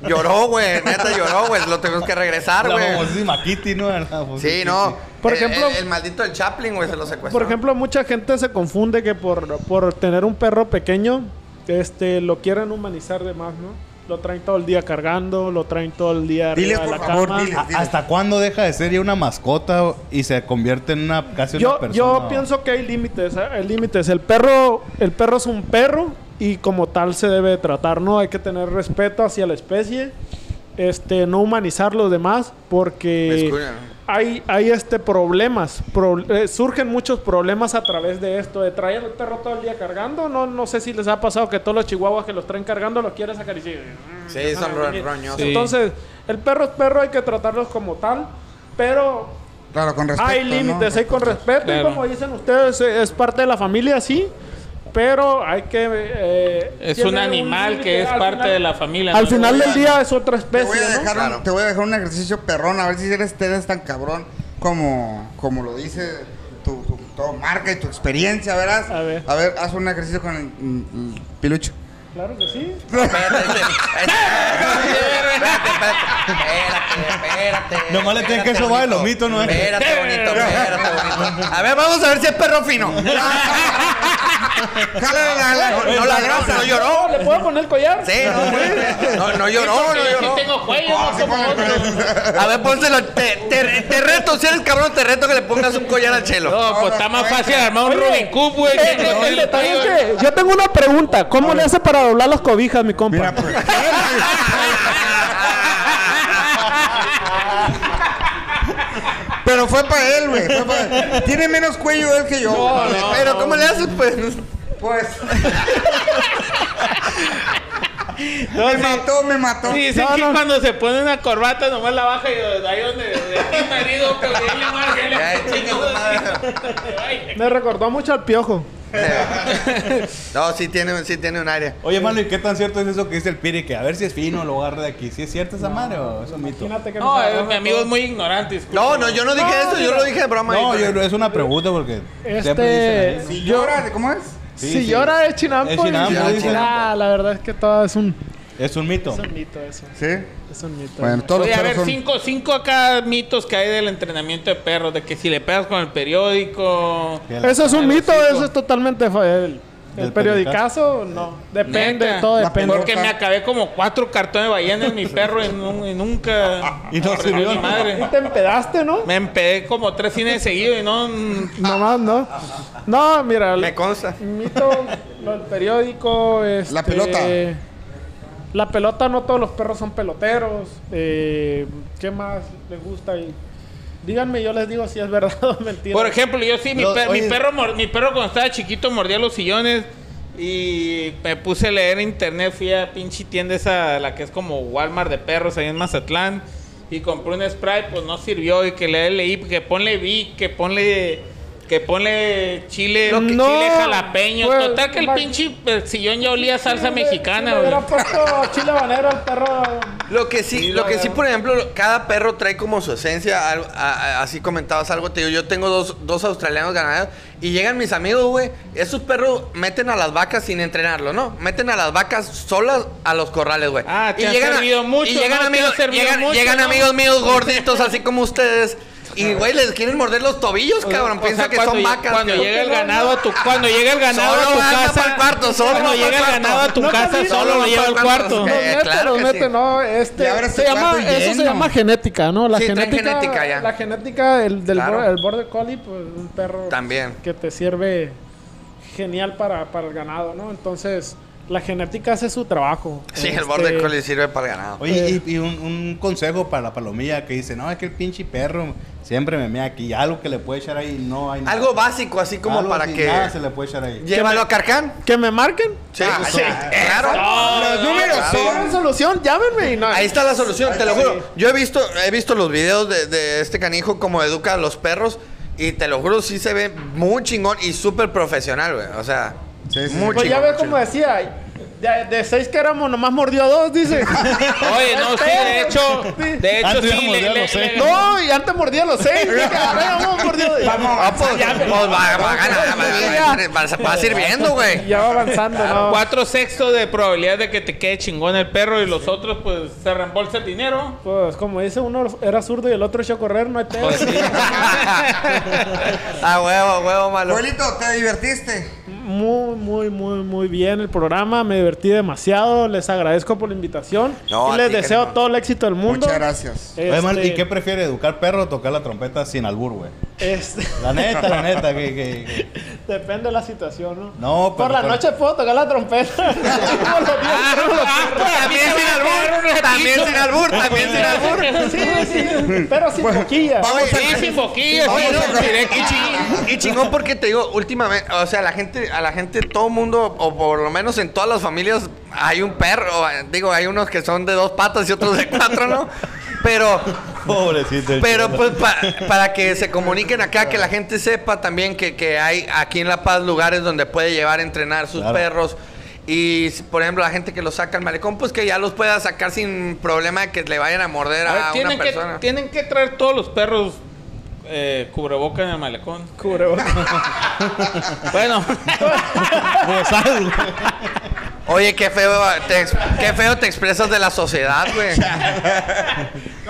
Speaker 3: Lloró, güey. Neta lloró, güey. Lo tuvimos que regresar,
Speaker 1: La
Speaker 3: güey.
Speaker 1: famosísima Kitty, ¿no? La famosísima
Speaker 3: Sí, no.
Speaker 1: Kitty.
Speaker 6: Por
Speaker 3: El-
Speaker 6: ejemplo-
Speaker 3: el, el maldito del Chaplin, güey, se lo
Speaker 4: pues,
Speaker 3: secuestró.
Speaker 6: Por ejemplo, mucha gente se confunde que por, por tener un perro pequeño, este, lo quieren humanizar de más, ¿no? Lo traen todo el día cargando, lo traen todo el día
Speaker 4: Diles,
Speaker 6: arriba de
Speaker 4: por
Speaker 6: la
Speaker 4: favor,
Speaker 6: cama.
Speaker 4: diles.
Speaker 1: ¿A- ¿Hasta cuándo deja de ser ya una mascota y se convierte en una casi una
Speaker 6: yo,
Speaker 1: persona?
Speaker 6: yo pienso que hay límites, ¿eh? hay límites. El perro, el perro es un perro y como tal se debe de tratar, ¿no? Hay que tener respeto hacia la especie. este, no humanizar los demás porque
Speaker 3: Escucha, ¿no?
Speaker 6: hay, hay este problemas, pro- eh, surgen muchos problemas a través de esto, de traer el perro todo el día cargando, no, no sé si les ha pasado que todos los chihuahuas que los traen cargando los quieres acariciar. Ah,
Speaker 3: Sí, son ro- roñosos.
Speaker 7: Sí.
Speaker 6: Entonces, el perro es perro, hay que tratarlos como tal, pero
Speaker 4: Claro, con respeto.
Speaker 6: hay límites,
Speaker 4: ¿no?
Speaker 6: hay con respeto,
Speaker 2: Claro.
Speaker 6: y como dicen ustedes, eh, es parte de la familia, sí, pero hay que... eh,
Speaker 2: Es
Speaker 6: tiene
Speaker 2: un animal
Speaker 6: límite
Speaker 2: que es
Speaker 6: al
Speaker 2: parte
Speaker 6: final-
Speaker 2: de la familia.
Speaker 6: Al
Speaker 2: ¿no?
Speaker 6: final del día es otra
Speaker 4: Te voy,
Speaker 6: especie,
Speaker 4: a
Speaker 6: ¿no?
Speaker 4: dejar un,
Speaker 3: Claro.
Speaker 4: te voy a dejar un ejercicio perrón, a ver si eres, eres tan cabrón como, como lo dice tu, tu, tu marca y tu experiencia, verás.
Speaker 6: A ver.
Speaker 4: A ver, haz un ejercicio con el, mm, mm, pilucho.
Speaker 6: Claro que sí.
Speaker 3: Espérate, espérate, espérate, espérate.
Speaker 1: Nomás le tienen
Speaker 3: espérate,
Speaker 1: que sobar el lomito,
Speaker 3: bonito.
Speaker 1: ¿no?
Speaker 3: Espérate, bonito, espérate, bonito. A ver, vamos a ver si es perro fino. Ah,
Speaker 4: Jálale la- la-
Speaker 3: No, no la grasa, no lloró.
Speaker 6: ¿Le puedo poner el collar?
Speaker 3: Sí, no, güey. no, no lloró, no
Speaker 2: Yo sí
Speaker 3: lloró.
Speaker 2: tengo cuello,
Speaker 4: Ah,
Speaker 2: no
Speaker 4: sí,
Speaker 2: como
Speaker 4: ponle
Speaker 2: otros.
Speaker 4: con el-
Speaker 3: A ver, pónselo. Te, te- te reto, si eres cabrón, te reto que le pongas un collar al chelo.
Speaker 2: No, pues está más fácil armar un
Speaker 6: Oye,
Speaker 2: Rubik's Cube, güey.
Speaker 6: eh,
Speaker 2: que no
Speaker 6: el
Speaker 2: el
Speaker 6: detalle es
Speaker 2: cuello.
Speaker 6: que yo tengo una pregunta. ¿Cómo le hace para doblar las cobijas, mi compa?
Speaker 4: Mira, pues. Pero fue para él, güey. fue pa' él. Tiene menos cuello él que yo. güey.
Speaker 3: Pero, ¿cómo le haces, pues?
Speaker 4: Pues. me mató, me mató.
Speaker 2: Sí, dicen
Speaker 6: No,
Speaker 2: que
Speaker 6: no.
Speaker 2: cuando se pone una corbata nomás la baja y de ahí donde de aquí marido que le le marque, le-
Speaker 3: Ay, chinga eh, tu madre.
Speaker 2: Ay,
Speaker 6: Me recordó mucho al piojo.
Speaker 3: No, sí tiene, un- sí tiene un área.
Speaker 1: Oye, mano, ¿y qué tan cierto es eso que dice el Piri? Que a ver si es fino, lo agarra de aquí. ¿Si es cierto esa madre o es un mito?
Speaker 6: Imagínate que
Speaker 2: No,
Speaker 6: nos
Speaker 2: eh,
Speaker 6: agarra
Speaker 2: mi amigo
Speaker 6: todo.
Speaker 2: es muy ignorante. disculpe.
Speaker 3: No, no, yo no dije
Speaker 6: No,
Speaker 3: eso, yo
Speaker 6: mira.
Speaker 3: lo dije de broma.
Speaker 1: No,
Speaker 3: ahí,
Speaker 1: yo,
Speaker 3: pero-
Speaker 1: es una pregunta porque siempre dicen ahí,
Speaker 6: Este.
Speaker 1: ¿no?
Speaker 4: Si
Speaker 6: Yo,
Speaker 4: llora, ¿cómo es?
Speaker 1: Sí,
Speaker 6: si
Speaker 1: sí.
Speaker 6: llora es chinampo.
Speaker 1: Es chinampo,
Speaker 6: y-
Speaker 1: sí,
Speaker 6: Ah,
Speaker 1: chinampo.
Speaker 6: la verdad es que todo es un,
Speaker 1: Es un mito.
Speaker 6: es un mito eso.
Speaker 4: Sí.
Speaker 6: Es un mito.
Speaker 4: Bueno, todos
Speaker 2: Oye,
Speaker 4: los
Speaker 2: a
Speaker 4: perros
Speaker 2: ver,
Speaker 4: son-
Speaker 2: cinco, cinco acá mitos que hay del entrenamiento de perros, de que si le pegas con el periódico...
Speaker 1: Que la-
Speaker 6: Eso es un
Speaker 2: Claro,
Speaker 6: mito,
Speaker 2: cinco.
Speaker 6: eso es totalmente fa- el, el
Speaker 1: Del
Speaker 6: periodicazo, no. Depende,
Speaker 2: Neta.
Speaker 6: todo
Speaker 4: La
Speaker 6: depende.
Speaker 4: pelota.
Speaker 2: Porque me acabé como cuatro cartones de ballena en mi perro y, nu- y nunca...
Speaker 1: Y no sirvió.
Speaker 2: Mi madre.
Speaker 6: Y te empedaste, ¿no?
Speaker 2: Me empedé como tres cines seguidos y no... mm,
Speaker 6: Nomás, ¿no? No, mira,
Speaker 3: Me consta.
Speaker 6: mito, lo del periódico, este,
Speaker 4: La pelota.
Speaker 6: La pelota, no todos los perros son peloteros. eh, ¿Qué más les gusta? Y díganme, yo les digo si es verdad o mentira.
Speaker 2: Por ejemplo, yo sí, mi,
Speaker 1: No,
Speaker 2: per- mi
Speaker 1: oye.
Speaker 2: perro, mor- mi perro cuando estaba chiquito mordía los sillones y me puse a leer internet, fui a pinche tienda esa, la que es como Walmart de perros ahí en Mazatlán y compré un spray, pues no sirvió y que le leí, que ponle Vic, que ponle... Que ponle chile,
Speaker 6: Lo que-
Speaker 2: chile
Speaker 6: No,
Speaker 2: jalapeño.
Speaker 6: pues,
Speaker 2: Total que el
Speaker 6: ma-
Speaker 2: pinche eh, sillón ya olía a salsa
Speaker 6: Sí,
Speaker 2: mexicana,
Speaker 6: sí le
Speaker 2: güey.
Speaker 6: hubiera puesto chile habanero al perro.
Speaker 3: Lo que sí, lo que sí, por ejemplo, lo- cada perro trae como su esencia. al- a- a- así comentabas algo, te digo, yo tengo dos, dos australianos ganaderos y llegan mis amigos, güey. Esos perros meten a las vacas sin entrenarlo, ¿no? Meten a las vacas solas a los corrales, güey.
Speaker 2: Ah, te
Speaker 3: y
Speaker 2: ha
Speaker 3: llegan, a-
Speaker 2: servido mucho,
Speaker 3: y llegan
Speaker 2: ¿no? Te ha
Speaker 3: amigos,
Speaker 2: servido
Speaker 3: llegan,
Speaker 2: mucho,
Speaker 3: llegan
Speaker 2: ¿no?
Speaker 3: amigos míos gorditos, así como ustedes. Y, güey, les quieren morder los tobillos, cabrón.
Speaker 2: O
Speaker 3: Piensa
Speaker 2: sea,
Speaker 3: que
Speaker 2: cuando
Speaker 3: son
Speaker 2: lle-
Speaker 3: vacas.
Speaker 2: Cuando
Speaker 3: cabrón.
Speaker 2: llega el ganado a tu, cuando llega el ganado
Speaker 3: Solo
Speaker 2: a tu
Speaker 3: anda
Speaker 2: casa,
Speaker 3: pa'l cuarto, solo
Speaker 2: cuando
Speaker 3: va
Speaker 2: llega
Speaker 3: pa'l
Speaker 2: el
Speaker 3: cuarto.
Speaker 2: ganado a tu
Speaker 6: No
Speaker 2: casa,
Speaker 6: camina,
Speaker 2: solo
Speaker 6: no
Speaker 2: lo
Speaker 6: va
Speaker 2: lleva
Speaker 3: pa'l
Speaker 2: al
Speaker 3: cuarto.
Speaker 2: cuarto.
Speaker 3: Eh,
Speaker 6: Los mete,
Speaker 3: claro
Speaker 6: los
Speaker 3: que
Speaker 6: mete,
Speaker 3: sí.
Speaker 6: ¿no? Este,
Speaker 4: Y ahora
Speaker 6: se
Speaker 4: este
Speaker 6: llama,
Speaker 4: cuarto
Speaker 6: eso se
Speaker 4: lleno.
Speaker 6: llama genética, ¿no? La
Speaker 3: Sí, trae
Speaker 6: genética,
Speaker 3: genética ya.
Speaker 6: La genética del, del
Speaker 3: Claro.
Speaker 6: bor- el border collie, pues un perro
Speaker 3: También.
Speaker 6: que te sirve genial para, para el ganado, ¿no? Entonces, la genética hace su trabajo.
Speaker 3: Sí, el
Speaker 6: Este,
Speaker 3: border collie sirve para el ganado.
Speaker 1: Oye,
Speaker 6: eh.
Speaker 1: y, y un, un consejo para la palomilla que dice, no, es que el pinche perro siempre me mea aquí. Algo que le puede echar ahí, no hay nada.
Speaker 3: Algo básico, así como
Speaker 1: Algo
Speaker 3: para
Speaker 1: sin
Speaker 3: que.
Speaker 1: Nada se le puede echar ahí.
Speaker 3: Llévalo a Carcán.
Speaker 6: Que me marquen.
Speaker 3: Sí,
Speaker 1: Ah,
Speaker 3: sí,
Speaker 1: sí.
Speaker 3: claro.
Speaker 4: Los números
Speaker 6: Si tienen solución, llámenme y no.
Speaker 3: Ahí está la solución, te lo juro. Yo he visto, he visto los videos de, de este canijo como educa a los perros y te lo juro, sí se ve muy chingón y súper profesional, güey. O sea,
Speaker 4: Sí, sí,
Speaker 3: muy
Speaker 4: sí.
Speaker 6: Pues ya
Speaker 3: chingón.
Speaker 6: ves como decía, de, de seis que éramos, nomás mordió a dos, dice.
Speaker 2: Oye, no, sí, de hecho, de hecho
Speaker 1: Antes
Speaker 2: sí,
Speaker 1: íbamos
Speaker 2: le,
Speaker 1: de a
Speaker 2: le-
Speaker 1: los
Speaker 2: le-
Speaker 1: seis.
Speaker 6: no, y antes mordía a los seis. dije, "Ahora vamos, mordió".
Speaker 3: Ah, pues, pues, va, va a ganar, va, va- va- va sirviendo,
Speaker 6: Y
Speaker 3: güey.
Speaker 6: ya va avanzando, ¿no?
Speaker 2: cuatro sextos de probabilidad de que te quede chingón el perro y los otros pues se reembolsa el dinero.
Speaker 6: Pues como dice uno era zurdo y el otro echó a correr, no hay pedo.
Speaker 2: Pues sí.
Speaker 3: Ah, huevo, huevo, malo.
Speaker 4: Abuelito, ¿te divertiste?
Speaker 6: Muy, muy, muy, muy bien el programa. Me divertí demasiado. Les agradezco por la invitación.
Speaker 3: No,
Speaker 6: y
Speaker 3: a
Speaker 6: les
Speaker 3: ti que
Speaker 6: deseo
Speaker 3: no.
Speaker 6: todo el éxito del mundo.
Speaker 4: Muchas gracias.
Speaker 1: Oye, mano, ¿y
Speaker 6: Este,
Speaker 1: qué prefiere, educar perro o tocar la trompeta sin albur, güey?
Speaker 6: este-
Speaker 1: La neta, la neta, que, que, que-
Speaker 6: Depende de la situación, ¿no?
Speaker 1: No,
Speaker 6: Por
Speaker 1: pero-
Speaker 6: la noche puedo tocar la trompeta. Por los días, pero los perros.
Speaker 3: Ah, También sin albur, también sin albur, también sin albur.
Speaker 6: Sí, sí, pero sin boquilla.
Speaker 4: Vamos a-
Speaker 2: Sí, sin boquillas.
Speaker 4: Vamos
Speaker 2: sí,
Speaker 4: a-
Speaker 2: no, directo.
Speaker 3: Y, chingón, y chingón porque te digo, últimamente, o sea, la gente, a la gente, todo mundo, o por lo menos en todas las familias, hay un perro. eh, Digo, hay unos que son de dos patas y otros de cuatro, ¿no? Pero,
Speaker 1: Pobrecito. el
Speaker 3: pero
Speaker 1: cholo.
Speaker 3: pues pa- para que se comuniquen acá, que la gente sepa también que, que hay aquí en La Paz lugares donde puede llevar a entrenar sus
Speaker 1: Claro.
Speaker 3: perros. Y, si, por ejemplo, la gente que los saca al malecón, pues que ya los pueda sacar sin problema de que le vayan a morder
Speaker 2: A ver,
Speaker 3: a, una
Speaker 2: tienen, que,
Speaker 3: persona.
Speaker 2: tienen que traer todos los perros eh, cubreboca en el malecón. Bueno,
Speaker 1: Pues,
Speaker 3: Oye, qué feo te, ex- qué feo te expresas de la sociedad, güey.
Speaker 6: Eh,
Speaker 2: refiero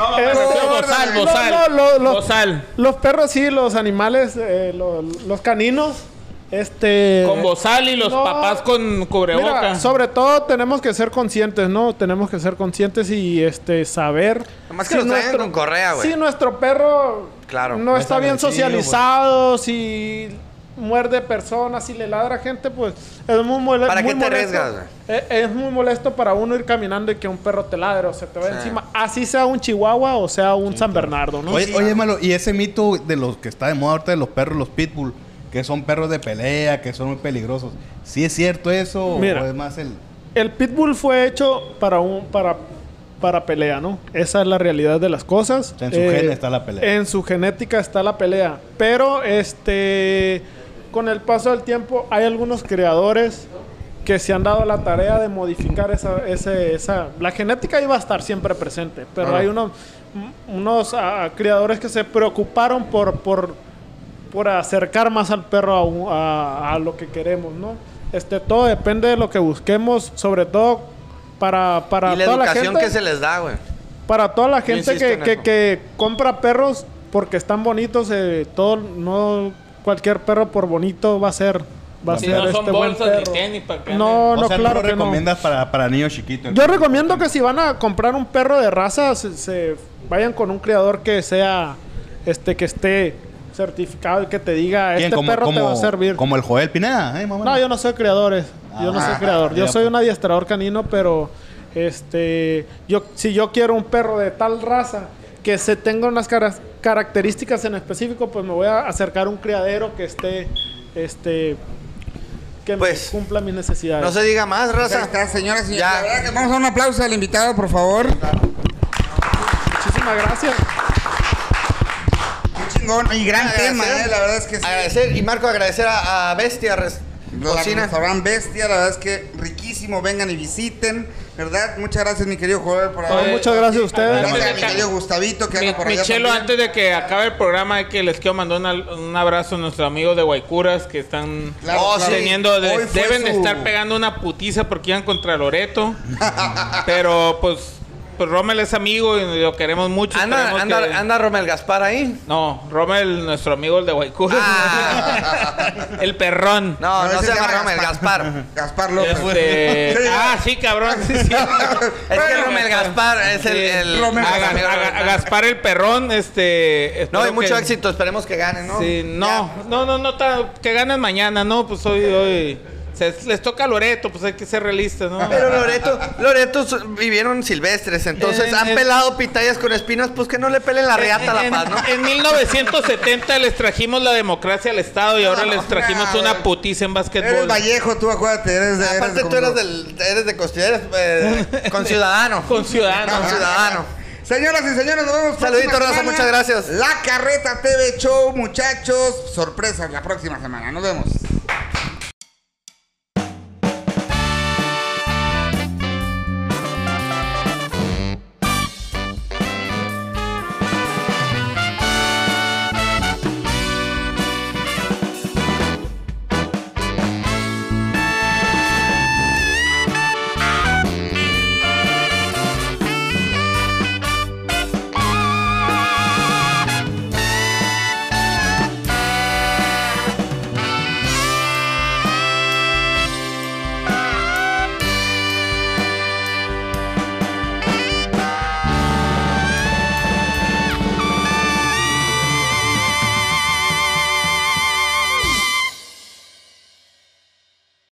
Speaker 2: a
Speaker 6: no,
Speaker 2: bozal,
Speaker 6: no,
Speaker 2: bozal.
Speaker 6: no, lo- lo-
Speaker 2: Bozal.
Speaker 6: Los perros sí, los animales, eh, lo- los caninos, este...
Speaker 2: con bozal y los
Speaker 6: No.
Speaker 2: papás con cubreboca.
Speaker 6: Mira, sobre todo tenemos que ser conscientes, ¿no? Tenemos que ser conscientes y este saber.
Speaker 3: Nomás que los traigan con correa, güey.
Speaker 6: Si nuestro perro
Speaker 3: Claro.
Speaker 6: no
Speaker 1: No
Speaker 6: está
Speaker 1: está
Speaker 6: bien
Speaker 1: vencido,
Speaker 6: socializado, si muerde personas, si le ladra gente, pues es muy, mole-
Speaker 3: ¿Para
Speaker 6: muy
Speaker 3: qué te
Speaker 6: molesto.
Speaker 3: arriesgas,
Speaker 6: Eh, Es, muy molesto para uno ir caminando y que un perro te ladre o se te va
Speaker 3: Sí.
Speaker 6: encima. Así sea un chihuahua o sea un San Bernardo, ¿no?
Speaker 3: Pues,
Speaker 1: Oye,
Speaker 6: Sí.
Speaker 1: oye, Malo, y ese mito de los que está de moda ahorita de los perros, los pitbull, que son perros de pelea, que son muy peligrosos. ¿Sí es cierto eso
Speaker 6: Mira.
Speaker 1: o es más el...?
Speaker 6: El pitbull fue hecho para un para para pelea, ¿no? Esa es la realidad de las cosas. Eh,
Speaker 1: En su gen está la pelea.
Speaker 6: En su genética está la pelea, pero este con el paso del tiempo hay algunos creadores que se han dado la tarea de modificar esa, ese- esa la genética iba a estar siempre presente, pero hay unos unos ah, criadores que se preocuparon por por por acercar más al perro a, un- a- a lo que queremos, ¿no? Este, todo depende de lo que busquemos, sobre todo para, para
Speaker 3: y la
Speaker 6: toda la
Speaker 3: educación
Speaker 6: gente.
Speaker 3: que se les da, güey.
Speaker 6: Para toda la gente
Speaker 3: insisto
Speaker 6: que,
Speaker 3: en
Speaker 6: que-
Speaker 3: eso.
Speaker 6: que compra perros porque están bonitos, eh, todo, no cualquier perro por bonito va a ser. Va a
Speaker 2: Si
Speaker 6: ser
Speaker 2: no son
Speaker 6: este buen
Speaker 2: bolsas ni
Speaker 6: perro.
Speaker 2: tenis para que
Speaker 6: No,
Speaker 1: o
Speaker 6: no,
Speaker 1: sea,
Speaker 6: claro
Speaker 1: ¿tú lo
Speaker 6: que no.
Speaker 1: recomiendas para, para niños chiquitos?
Speaker 6: Yo recomiendo que si van a comprar un perro de raza, se, se vayan con un criador que sea, este, que esté certificado y que te diga,
Speaker 1: ¿Quién?
Speaker 6: este
Speaker 1: como,
Speaker 6: perro te
Speaker 1: como-
Speaker 6: va a servir.
Speaker 1: Como el Joel Pineda. ¿eh, mamá?
Speaker 6: No, yo no soy creadores. Yo no soy
Speaker 1: Ah,
Speaker 6: creador. Yo
Speaker 1: ya,
Speaker 6: soy
Speaker 1: pues.
Speaker 6: un adiestrador canino, pero este, yo, si yo quiero un perro de tal raza que se tenga unas caras- características en específico, pues me voy a acercar a un criadero que esté, este, que me
Speaker 3: Pues,
Speaker 6: cumpla mis necesidades.
Speaker 3: No se diga más,
Speaker 4: Ahí
Speaker 3: raza.
Speaker 4: está, señoras y señores.
Speaker 3: Ya.
Speaker 4: La verdad que vamos a dar un aplauso al invitado, por favor.
Speaker 6: Muchísimas gracias.
Speaker 4: Qué chingón y gran tema,
Speaker 3: Agradecer-
Speaker 4: eh, la verdad es que sí.
Speaker 3: Agradecer, y Marco, agradecer a, a Bestia res-
Speaker 4: La
Speaker 3: Cocina.
Speaker 4: restaurante Bestia, la verdad es que riquísimo, vengan y visiten, ¿verdad? Muchas gracias, mi querido Joel, por
Speaker 6: Oye,
Speaker 4: haber.
Speaker 6: muchas gracias a ustedes.
Speaker 4: Gracias a mi
Speaker 2: Gracias.
Speaker 4: querido Gustavito que anda por allá.
Speaker 2: Michelo,
Speaker 4: también.
Speaker 2: antes de que acabe el programa, hay que les quiero mandar una- un abrazo a nuestros amigos de Guaycuras que están
Speaker 4: Claro,
Speaker 3: Oh,
Speaker 4: claro.
Speaker 2: teniendo, de-
Speaker 4: Hoy fue
Speaker 2: deben de
Speaker 4: su-
Speaker 2: estar pegando una putiza porque iban contra Loreto. pero pues, pues Rommel es amigo y lo queremos mucho.
Speaker 3: Anda,
Speaker 2: esperemos
Speaker 3: anda,
Speaker 2: que-
Speaker 3: anda Romel Gaspar ahí.
Speaker 2: No, Rommel, nuestro amigo el de Guaycuras.
Speaker 3: Ah.
Speaker 2: el perrón.
Speaker 3: No, no,
Speaker 4: ese
Speaker 3: se llama
Speaker 4: llama
Speaker 3: Romel Gaspar.
Speaker 4: Gaspar López.
Speaker 2: Este, ah, sí, cabrón. sí, sí.
Speaker 3: Es que
Speaker 4: Bueno,
Speaker 3: Romel Gaspar es el.
Speaker 2: Sí.
Speaker 3: el-
Speaker 4: Romel
Speaker 2: A,
Speaker 3: el
Speaker 2: Ga-
Speaker 3: amigo
Speaker 2: a Ga- a
Speaker 3: Romel
Speaker 2: Eh,
Speaker 3: Gaspar.
Speaker 2: Gaspar el perrón, este.
Speaker 3: No,
Speaker 2: espero
Speaker 3: y mucho
Speaker 2: que-
Speaker 3: éxito. Esperemos que gane, ¿no?
Speaker 2: Sí, no, no, no, no, ta- que ganen mañana, ¿no? Pues hoy, hoy. se- les toca a Loreto, pues hay que ser realistas, ¿no?
Speaker 3: Pero Loreto, Loreto su- vivieron silvestres, entonces
Speaker 2: En-
Speaker 3: han
Speaker 2: en-
Speaker 3: pelado pitayas con espinas, pues que no le pelen la reata a La Paz, ¿no?
Speaker 2: En 1970 les trajimos la democracia al Estado y ahora
Speaker 4: No,
Speaker 2: les trajimos
Speaker 4: no,
Speaker 2: una
Speaker 4: güey.
Speaker 2: putiza en
Speaker 4: Eres
Speaker 2: básquetbol.
Speaker 4: Vallejo, tú acuérdate, eres de.
Speaker 3: Aparte
Speaker 4: eres de
Speaker 3: tú eres,
Speaker 4: Comodoro.
Speaker 3: del, eres de Costileros, eh, con Ciudadano.
Speaker 2: Con ciudadanos.
Speaker 3: Con Ciudadano.
Speaker 4: Señoras y señores, nos vemos.
Speaker 3: Saludito,
Speaker 4: próxima
Speaker 3: raza,
Speaker 4: semana.
Speaker 3: muchas gracias.
Speaker 4: La Carreta TV Show, muchachos. Sorpresas la próxima semana. Nos vemos.